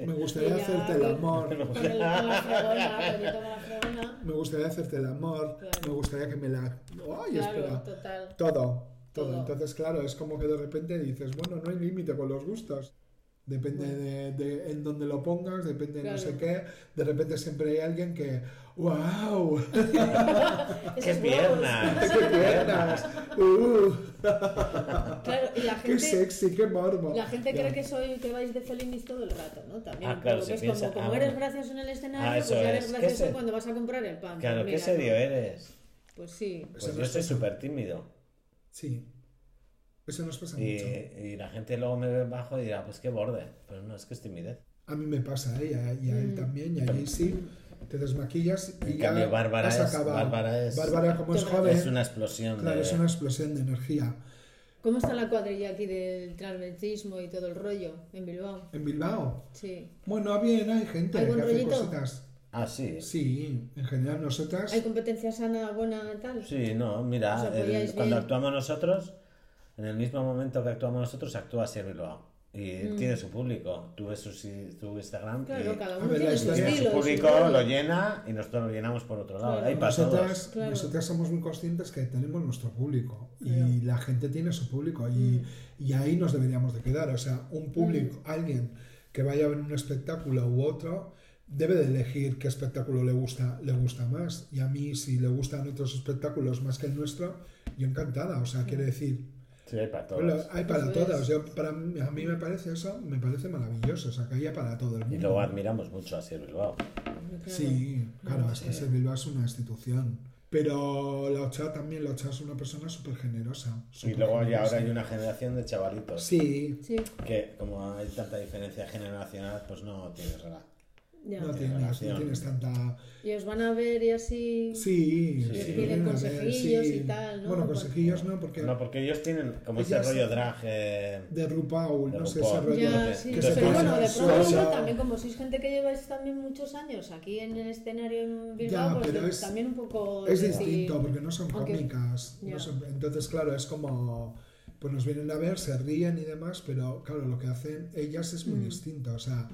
[SPEAKER 3] el- me gustaría
[SPEAKER 1] Y ya,
[SPEAKER 3] hacerte el
[SPEAKER 1] con-
[SPEAKER 3] amor.
[SPEAKER 1] Con, el, con la fregona, con el con la fregona.
[SPEAKER 3] Me gustaría hacerte el amor,
[SPEAKER 1] Claro.
[SPEAKER 3] me gustaría que me la... ¡Ay,
[SPEAKER 1] Claro,
[SPEAKER 3] espera!
[SPEAKER 1] total.
[SPEAKER 3] Todo, todo.
[SPEAKER 1] Todo.
[SPEAKER 3] Entonces, claro, es como que de repente dices, bueno, no hay límite con los gustos. Depende de, de en dónde lo pongas, depende de no
[SPEAKER 1] Claro.
[SPEAKER 3] sé qué. De repente siempre hay alguien que, wow,
[SPEAKER 4] Ah, ¡Qué
[SPEAKER 1] Esos
[SPEAKER 4] piernas!
[SPEAKER 1] pues,
[SPEAKER 3] qué piernas, uh,
[SPEAKER 1] huevos. Claro, y la
[SPEAKER 3] qué
[SPEAKER 1] gente,
[SPEAKER 3] sexy, qué morbo.
[SPEAKER 1] la gente
[SPEAKER 3] Ya.
[SPEAKER 1] cree que soy que vais de felinis todo el rato, ¿no? También.
[SPEAKER 4] Ah, claro,
[SPEAKER 1] como
[SPEAKER 4] se
[SPEAKER 1] que es
[SPEAKER 4] piensa,
[SPEAKER 1] como, como
[SPEAKER 4] ah,
[SPEAKER 1] eres
[SPEAKER 4] bueno.
[SPEAKER 1] gracioso en el escenario,
[SPEAKER 4] Ah,
[SPEAKER 1] pues
[SPEAKER 4] eso
[SPEAKER 1] ya
[SPEAKER 4] es.
[SPEAKER 1] eres
[SPEAKER 4] ¿Qué
[SPEAKER 1] gracioso
[SPEAKER 4] se-
[SPEAKER 1] cuando vas a comprar el pan.
[SPEAKER 4] Claro,
[SPEAKER 1] Pues
[SPEAKER 4] qué
[SPEAKER 1] mira,
[SPEAKER 4] serio
[SPEAKER 1] no.
[SPEAKER 4] eres.
[SPEAKER 1] Pues sí.
[SPEAKER 3] Eso
[SPEAKER 4] Pues
[SPEAKER 3] no
[SPEAKER 4] yo
[SPEAKER 3] es
[SPEAKER 4] soy
[SPEAKER 3] eso.
[SPEAKER 4] súper tímido.
[SPEAKER 3] Sí, eso nos pasa
[SPEAKER 4] Y,
[SPEAKER 3] mucho.
[SPEAKER 4] y la gente luego me ve bajo y dirá, pues qué borde. Pero no, es que es timidez.
[SPEAKER 3] A mí me pasa, ¿eh? y a, y a
[SPEAKER 1] Mm.
[SPEAKER 3] él también, y a Jaycee. Te desmaquillas y
[SPEAKER 4] En
[SPEAKER 3] ya
[SPEAKER 4] cambio, Bárbara
[SPEAKER 3] has
[SPEAKER 4] es-
[SPEAKER 3] acabado.
[SPEAKER 4] Bárbara es-
[SPEAKER 3] Bárbara, como es
[SPEAKER 1] Toma.
[SPEAKER 3] joven,
[SPEAKER 4] Es una explosión.
[SPEAKER 3] claro,
[SPEAKER 4] de-
[SPEAKER 3] es una explosión de energía.
[SPEAKER 1] ¿Cómo está la cuadrilla aquí del transvestismo y todo el rollo en Bilbao?
[SPEAKER 3] En Bilbao,
[SPEAKER 1] Sí.
[SPEAKER 3] Bueno, bien, hay gente
[SPEAKER 1] ¿Hay
[SPEAKER 3] que
[SPEAKER 1] buen
[SPEAKER 3] hace
[SPEAKER 1] rollito?
[SPEAKER 3] cositas.
[SPEAKER 4] Ah, sí. sí.
[SPEAKER 3] Sí, en general nosotras.
[SPEAKER 1] ¿Hay competencia sana, buena, tal?
[SPEAKER 4] no, mira,
[SPEAKER 1] Os apoyáis
[SPEAKER 4] el-
[SPEAKER 1] bien.
[SPEAKER 4] cuando actuamos nosotros, en el mismo momento que actuamos nosotros, actúa Sierra Bilbao. Y tiene su público. Tú ves su, su Instagram
[SPEAKER 1] Mm. Claro,
[SPEAKER 4] y
[SPEAKER 1] cada
[SPEAKER 3] A
[SPEAKER 1] uno
[SPEAKER 3] ver,
[SPEAKER 1] tiene
[SPEAKER 3] la
[SPEAKER 1] su
[SPEAKER 3] historia de
[SPEAKER 4] tiene
[SPEAKER 1] estilo.
[SPEAKER 4] su
[SPEAKER 1] y su
[SPEAKER 4] público,
[SPEAKER 1] rollo.
[SPEAKER 4] lo llena y nosotros lo llenamos por otro lado.
[SPEAKER 1] Claro.
[SPEAKER 4] Ahí para todos.
[SPEAKER 3] nosotras,
[SPEAKER 1] claro.
[SPEAKER 3] nosotras somos muy conscientes que tenemos nuestro público y la gente tiene su público
[SPEAKER 1] Mm.
[SPEAKER 3] y, y ahí nos deberíamos de quedar. O sea, un público, alguien que vaya a ver un espectáculo u otro, debe de elegir qué espectáculo le gusta, le gusta más. Y a mí, si le gustan otros espectáculos más que el nuestro, yo encantada. O sea, quiere decir,
[SPEAKER 4] Sí, hay para todos.
[SPEAKER 3] bueno, hay para
[SPEAKER 1] Pues
[SPEAKER 3] todos. Yo, para, mí- a mí me parece eso, me parece maravilloso. O sea, que haya para todo el mundo.
[SPEAKER 4] Y luego admiramos mucho a Sierra Bilbao.
[SPEAKER 3] Sí, claro, es que Ser Bilbao es una institución. Pero la Ocha también, la Ocha es una persona súper generosa.
[SPEAKER 4] Y luego ya ahora hay una generación de chavalitos
[SPEAKER 3] Sí,
[SPEAKER 1] Sí,
[SPEAKER 4] que como hay tanta diferencia generacional, pues no tienes nada.
[SPEAKER 1] ya.
[SPEAKER 3] no tienes, no
[SPEAKER 4] relación.
[SPEAKER 3] tienes tanta...
[SPEAKER 1] Y os van a ver y así.
[SPEAKER 3] Sí, sí.
[SPEAKER 1] piden
[SPEAKER 3] a ver,
[SPEAKER 1] consejillos
[SPEAKER 3] sí.
[SPEAKER 1] y tal, ¿no?
[SPEAKER 3] Bueno, consejillos no, porque
[SPEAKER 4] No, porque ellos tienen como ese
[SPEAKER 3] Ellas-
[SPEAKER 4] rollo drag. eh,
[SPEAKER 3] de RuPaul,
[SPEAKER 4] De
[SPEAKER 3] no sé,
[SPEAKER 4] RuPaul.
[SPEAKER 3] ese rollo
[SPEAKER 1] Ya,
[SPEAKER 4] que-
[SPEAKER 1] sí.
[SPEAKER 4] que
[SPEAKER 1] Pero
[SPEAKER 4] se pasa
[SPEAKER 1] bueno, de
[SPEAKER 4] en
[SPEAKER 1] pronto
[SPEAKER 4] Suecia.
[SPEAKER 1] bueno, también como sois gente que lleváis también muchos años aquí en el escenario en Bilbao,
[SPEAKER 3] Ya,
[SPEAKER 1] pues
[SPEAKER 3] pero
[SPEAKER 1] de-
[SPEAKER 3] es-
[SPEAKER 1] también un poco...
[SPEAKER 3] Es
[SPEAKER 1] decir,
[SPEAKER 3] distinto, porque no son
[SPEAKER 1] aunque-
[SPEAKER 3] cómicas. no
[SPEAKER 1] Ya.
[SPEAKER 3] son- entonces, claro, es como... pues nos vienen a ver, se ríen y demás, pero claro, lo que hacen ellas es
[SPEAKER 1] Mm.
[SPEAKER 3] muy distinto, o sea,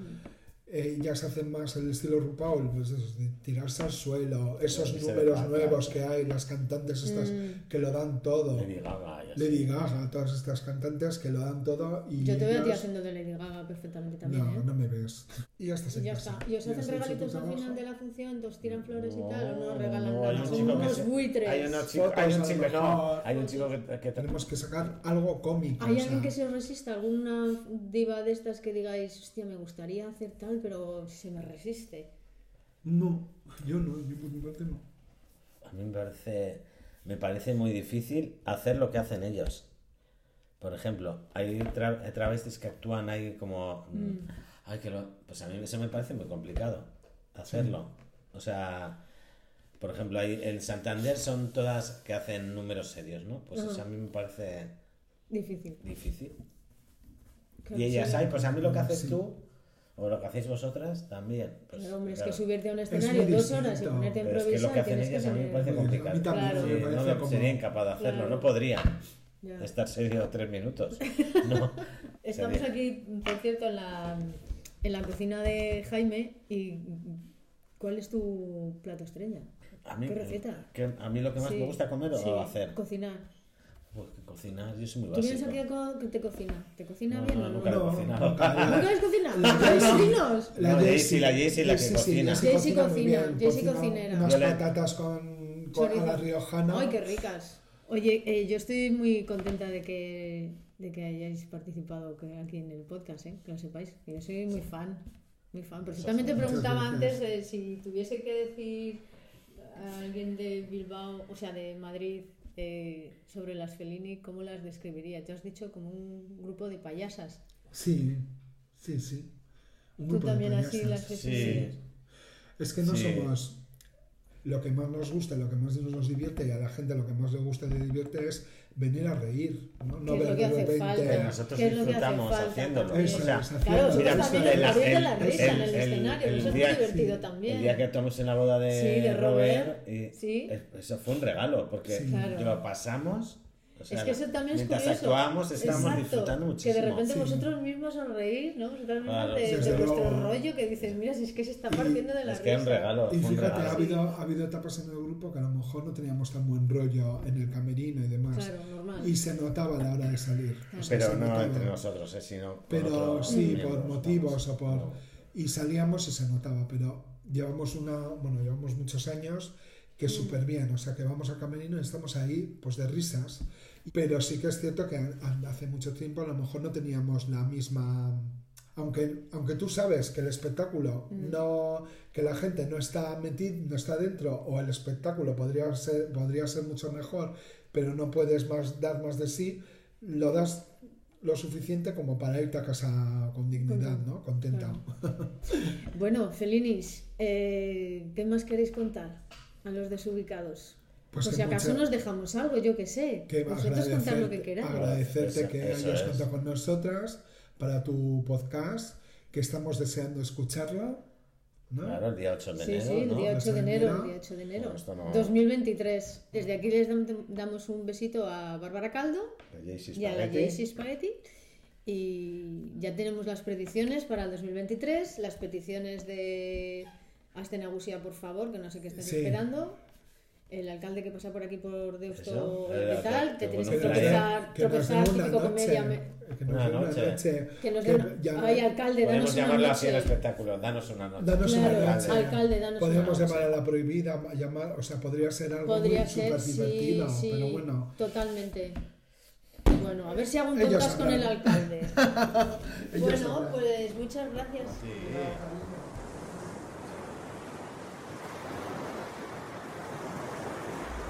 [SPEAKER 3] ellas hacen más el estilo RuPaul, pues eso, de tirarse al suelo, esos
[SPEAKER 4] que se
[SPEAKER 3] números
[SPEAKER 4] ve,
[SPEAKER 3] nuevos
[SPEAKER 4] claro.
[SPEAKER 3] que hay, las cantantes estas
[SPEAKER 1] Mm.
[SPEAKER 3] que lo dan todo,
[SPEAKER 4] Lady Gaga. ya sé.
[SPEAKER 3] Lady Gaga, todas estas cantantes que lo dan todo y
[SPEAKER 1] Yo te veo a ti
[SPEAKER 3] ellas-
[SPEAKER 1] haciendo de Lady Gaga perfectamente también,
[SPEAKER 3] No,
[SPEAKER 1] ¿eh?
[SPEAKER 3] no me ves. Y ya estás en
[SPEAKER 1] Ya
[SPEAKER 3] casa.
[SPEAKER 1] está. ¿Y os
[SPEAKER 3] Ya
[SPEAKER 1] hacen
[SPEAKER 3] has hecho tu
[SPEAKER 1] regalitos al
[SPEAKER 3] trabajo.
[SPEAKER 1] final de la función? ¿Os tiran flores
[SPEAKER 4] No,
[SPEAKER 1] y tal? ¿O no os regalan
[SPEAKER 4] no, hay
[SPEAKER 1] nada?
[SPEAKER 4] un
[SPEAKER 1] Son
[SPEAKER 4] chico que
[SPEAKER 1] unos
[SPEAKER 4] se-
[SPEAKER 1] buitres.
[SPEAKER 4] Hay, una chica-
[SPEAKER 3] Fotos,
[SPEAKER 4] hay un
[SPEAKER 3] a lo
[SPEAKER 4] chico, no,
[SPEAKER 3] mejor.
[SPEAKER 4] hay un chico que, que te-
[SPEAKER 3] Tenemos que sacar algo cómico.
[SPEAKER 1] ¿Hay
[SPEAKER 3] o sea,
[SPEAKER 1] alguien que se os resista? ¿Alguna diva de estas que digáis, hostia, me gustaría hacer tal, pero se me resiste?
[SPEAKER 3] No, yo no, yo por mi parte no.
[SPEAKER 4] A mí me parece, me parece muy difícil hacer lo que hacen ellos. Por ejemplo, hay tra- travestis que actúan ahí como...
[SPEAKER 1] Mm.
[SPEAKER 4] Ay, que lo- pues a mí eso me parece muy complicado, hacerlo. O sea, por ejemplo, ahí en Santander son todas que hacen números serios, ¿no? Pues eso a mí me parece
[SPEAKER 1] Difícil.
[SPEAKER 4] difícil.
[SPEAKER 1] Claro,
[SPEAKER 4] y ellas,
[SPEAKER 1] sí.
[SPEAKER 4] ay, pues a mí lo que haces
[SPEAKER 3] Sí.
[SPEAKER 4] tú, o lo que hacéis vosotras, también. Pues,
[SPEAKER 1] Pero, hombre, es
[SPEAKER 4] claro.
[SPEAKER 1] que subirte a un
[SPEAKER 3] muy
[SPEAKER 1] escenario dos
[SPEAKER 3] distinto.
[SPEAKER 1] horas y ponerte a
[SPEAKER 4] Pero es que lo
[SPEAKER 1] improvisar
[SPEAKER 4] que hacen
[SPEAKER 1] tienes que
[SPEAKER 4] ellas a mí me
[SPEAKER 1] tener-
[SPEAKER 4] parece
[SPEAKER 3] Oye, a mí
[SPEAKER 4] complicado.
[SPEAKER 3] también
[SPEAKER 1] Claro.
[SPEAKER 3] me
[SPEAKER 4] Sí, no
[SPEAKER 3] parece
[SPEAKER 4] lo-
[SPEAKER 3] como-
[SPEAKER 4] sería incapaz de hacerlo,
[SPEAKER 1] Claro.
[SPEAKER 4] no podría
[SPEAKER 1] Ya.
[SPEAKER 4] estar serio tres minutos. No,
[SPEAKER 1] Estamos
[SPEAKER 4] sería-
[SPEAKER 1] aquí, por cierto, en la, en la cocina de Jaime y ¿cuál es tu plato estrella?
[SPEAKER 4] A mí,
[SPEAKER 1] ¿Qué receta?
[SPEAKER 4] que a mí lo que más
[SPEAKER 1] Sí.
[SPEAKER 4] me gusta comer o
[SPEAKER 1] Sí,
[SPEAKER 4] hacer.
[SPEAKER 1] Cocinar.
[SPEAKER 4] Pues que cocinar, yo soy muy
[SPEAKER 1] ¿Tú vienes
[SPEAKER 4] básico.
[SPEAKER 1] aquí a co- que te cocina? ¿Te cocina
[SPEAKER 4] No,
[SPEAKER 1] bien
[SPEAKER 4] no,
[SPEAKER 1] o no?
[SPEAKER 4] nunca he
[SPEAKER 3] No,
[SPEAKER 4] cocinado.
[SPEAKER 3] nunca, la-
[SPEAKER 1] ¿Nunca has cocinado?
[SPEAKER 3] La
[SPEAKER 1] Ah, ¿Los
[SPEAKER 3] Jessie-
[SPEAKER 1] chinos?
[SPEAKER 4] No, Jessie, la Jessie la que
[SPEAKER 3] Jessie,
[SPEAKER 4] cocina.
[SPEAKER 3] Jessie
[SPEAKER 1] Jessie
[SPEAKER 3] muy
[SPEAKER 1] cocina,
[SPEAKER 3] bien,
[SPEAKER 1] Jessie
[SPEAKER 3] cocina
[SPEAKER 1] cocinera.
[SPEAKER 3] Unas
[SPEAKER 4] Yo le-
[SPEAKER 3] patatas con, con
[SPEAKER 1] Chorizo.
[SPEAKER 3] a la riojana.
[SPEAKER 1] ¡Ay, qué ricas! Oye, eh, yo estoy muy contenta de que, de que hayáis participado que- aquí en el podcast, ¿eh? que lo sepáis. que Yo soy muy fan, muy fan. Por eso también te
[SPEAKER 3] Muchas
[SPEAKER 1] preguntaba
[SPEAKER 3] gracias.
[SPEAKER 1] antes eh, si tuviese que decir a alguien de Bilbao, o sea, de Madrid, eh, sobre las Fellini, ¿cómo las describiría? Te has dicho como un grupo de payasas.
[SPEAKER 3] Sí, sí, sí. Un
[SPEAKER 1] Tú
[SPEAKER 3] grupo de
[SPEAKER 1] también así
[SPEAKER 3] payasas.
[SPEAKER 1] las
[SPEAKER 4] Sí.
[SPEAKER 1] describirías.
[SPEAKER 3] Es que no
[SPEAKER 4] Sí.
[SPEAKER 3] somos. Lo que más nos gusta, lo que más nos divierte y a la gente lo que más le gusta y le divierte es venir a reír, no, no
[SPEAKER 1] ¿Qué es lo
[SPEAKER 3] ver
[SPEAKER 1] que
[SPEAKER 3] de
[SPEAKER 1] hace
[SPEAKER 3] repente.
[SPEAKER 4] Que
[SPEAKER 1] falta?
[SPEAKER 4] nosotros
[SPEAKER 1] ¿Qué es lo que hace
[SPEAKER 4] disfrutamos
[SPEAKER 1] falta
[SPEAKER 4] haciéndolo.
[SPEAKER 1] también?
[SPEAKER 3] Eso
[SPEAKER 4] o sea,
[SPEAKER 3] es,
[SPEAKER 1] Claro,
[SPEAKER 3] haciéndolo.
[SPEAKER 1] nosotros
[SPEAKER 4] mira,
[SPEAKER 1] también
[SPEAKER 4] el-
[SPEAKER 1] nos morimos de
[SPEAKER 4] el-
[SPEAKER 1] la risa en el
[SPEAKER 4] el-
[SPEAKER 1] escenario,
[SPEAKER 4] el
[SPEAKER 1] eso es muy
[SPEAKER 4] día-
[SPEAKER 1] divertido también.
[SPEAKER 4] El día que actuamos en la boda de,
[SPEAKER 1] Sí, de Robert,
[SPEAKER 4] Robert, y-
[SPEAKER 1] sí.
[SPEAKER 4] eh, eso fue un regalo, porque
[SPEAKER 3] Sí.
[SPEAKER 1] Claro.
[SPEAKER 4] lo pasamos. o sea,
[SPEAKER 1] es que eso también es
[SPEAKER 4] mientras
[SPEAKER 1] curioso.
[SPEAKER 4] actuamos estamos
[SPEAKER 1] Exacto,
[SPEAKER 4] disfrutando muchísimo.
[SPEAKER 1] Que de repente
[SPEAKER 3] Sí.
[SPEAKER 1] vosotros mismos os reís, ¿no? Vosotros mismos
[SPEAKER 4] Claro.
[SPEAKER 1] de, de
[SPEAKER 3] Desde
[SPEAKER 1] vuestro
[SPEAKER 3] luego.
[SPEAKER 1] rollo que dices, mira, si es que se está partiendo de la
[SPEAKER 4] es que es un
[SPEAKER 1] risa".
[SPEAKER 4] regalo.
[SPEAKER 3] Y
[SPEAKER 4] fue un
[SPEAKER 3] fíjate,
[SPEAKER 4] regalo.
[SPEAKER 3] ha habido, ha habido etapas en el grupo que a lo mejor no teníamos tan buen rollo en el camerino y demás.
[SPEAKER 1] Claro, normal.
[SPEAKER 3] Y se notaba a la hora de salir. O sea,
[SPEAKER 4] Pero
[SPEAKER 3] se
[SPEAKER 4] no
[SPEAKER 3] notaba.
[SPEAKER 4] entre nosotros, eh, sino con
[SPEAKER 3] este Pero
[SPEAKER 4] otros
[SPEAKER 3] sí,
[SPEAKER 4] miembros,
[SPEAKER 3] por
[SPEAKER 4] vamos.
[SPEAKER 3] motivos o por... Y salíamos y se notaba, pero llevamos una... Bueno, llevamos muchos años que súper bien, o sea que vamos al camerino y estamos ahí pues de risas, pero sí que es cierto que a- hace mucho tiempo a lo mejor no teníamos la misma... Aunque, aunque tú sabes que el espectáculo no que la gente no está metida no está dentro o el espectáculo podría ser podría ser mucho mejor pero no puedes más dar más de sí lo das lo suficiente como para irte a casa con dignidad, ¿no? Contenta.
[SPEAKER 1] Bueno, Felinis, eh, ¿qué más queréis contar a los desubicados? Pues,
[SPEAKER 3] Pues que
[SPEAKER 1] si acaso
[SPEAKER 3] mucha-
[SPEAKER 1] nos dejamos algo, yo qué sé.
[SPEAKER 3] Que
[SPEAKER 1] Vosotros contad lo que
[SPEAKER 3] agradecerte-
[SPEAKER 1] queráis.
[SPEAKER 3] Agradecerte
[SPEAKER 4] Eso-
[SPEAKER 3] que
[SPEAKER 4] eso
[SPEAKER 3] hayas
[SPEAKER 4] es.
[SPEAKER 3] contado con nosotras para tu podcast, que estamos deseando escucharla, ¿no?
[SPEAKER 4] Claro, el día 8 de
[SPEAKER 1] Sí,
[SPEAKER 4] enero.
[SPEAKER 1] sí, el
[SPEAKER 4] ¿no?
[SPEAKER 1] día 8 de enero, el
[SPEAKER 3] Bueno,
[SPEAKER 1] día 8 de enero.
[SPEAKER 4] esto no-
[SPEAKER 1] 2023. Desde aquí les dam- damos un besito a Bárbara Caldo
[SPEAKER 4] El Jaycee's
[SPEAKER 1] y a la
[SPEAKER 4] Spaghetti.
[SPEAKER 1] Jaycee Spaghetti. Y ya tenemos las predicciones para el 2023, las peticiones de Astenagusia, por favor, que no sé qué estás
[SPEAKER 3] Sí.
[SPEAKER 1] esperando. El alcalde que pasa por aquí por Deusto,
[SPEAKER 4] Eso, eh,
[SPEAKER 1] ¿qué tal? Que
[SPEAKER 4] que- que
[SPEAKER 1] tienes que
[SPEAKER 4] bueno,
[SPEAKER 3] nos
[SPEAKER 4] que-
[SPEAKER 1] tropezar,
[SPEAKER 3] den- que nos den
[SPEAKER 1] tropezar,
[SPEAKER 3] una
[SPEAKER 1] típico comedia.
[SPEAKER 3] noche,
[SPEAKER 1] me-
[SPEAKER 3] que nos
[SPEAKER 4] Una
[SPEAKER 3] den
[SPEAKER 4] noche.
[SPEAKER 1] Que nos den.
[SPEAKER 3] ya no-
[SPEAKER 1] Ay, alcalde,
[SPEAKER 4] Podemos
[SPEAKER 1] danos una
[SPEAKER 4] llamarlo así el
[SPEAKER 1] noche.
[SPEAKER 4] espectáculo. Danos una noche.
[SPEAKER 3] Danos
[SPEAKER 1] Claro,
[SPEAKER 3] una noche.
[SPEAKER 1] alcalde, danos
[SPEAKER 3] Podríamos
[SPEAKER 1] una noche.
[SPEAKER 3] llamar a la prohibida, llamar, o sea, podría ser algo
[SPEAKER 1] Podría
[SPEAKER 3] muy
[SPEAKER 1] ser,
[SPEAKER 3] súper
[SPEAKER 1] sí,
[SPEAKER 3] divertido,
[SPEAKER 1] sí,
[SPEAKER 3] pero bueno,
[SPEAKER 1] totalmente. Bueno, a ver si hago un
[SPEAKER 3] Ellos
[SPEAKER 1] podcast con el
[SPEAKER 3] sabrán.
[SPEAKER 1] alcalde.
[SPEAKER 3] Ellos
[SPEAKER 1] bueno,
[SPEAKER 3] sabrán.
[SPEAKER 1] pues muchas gracias.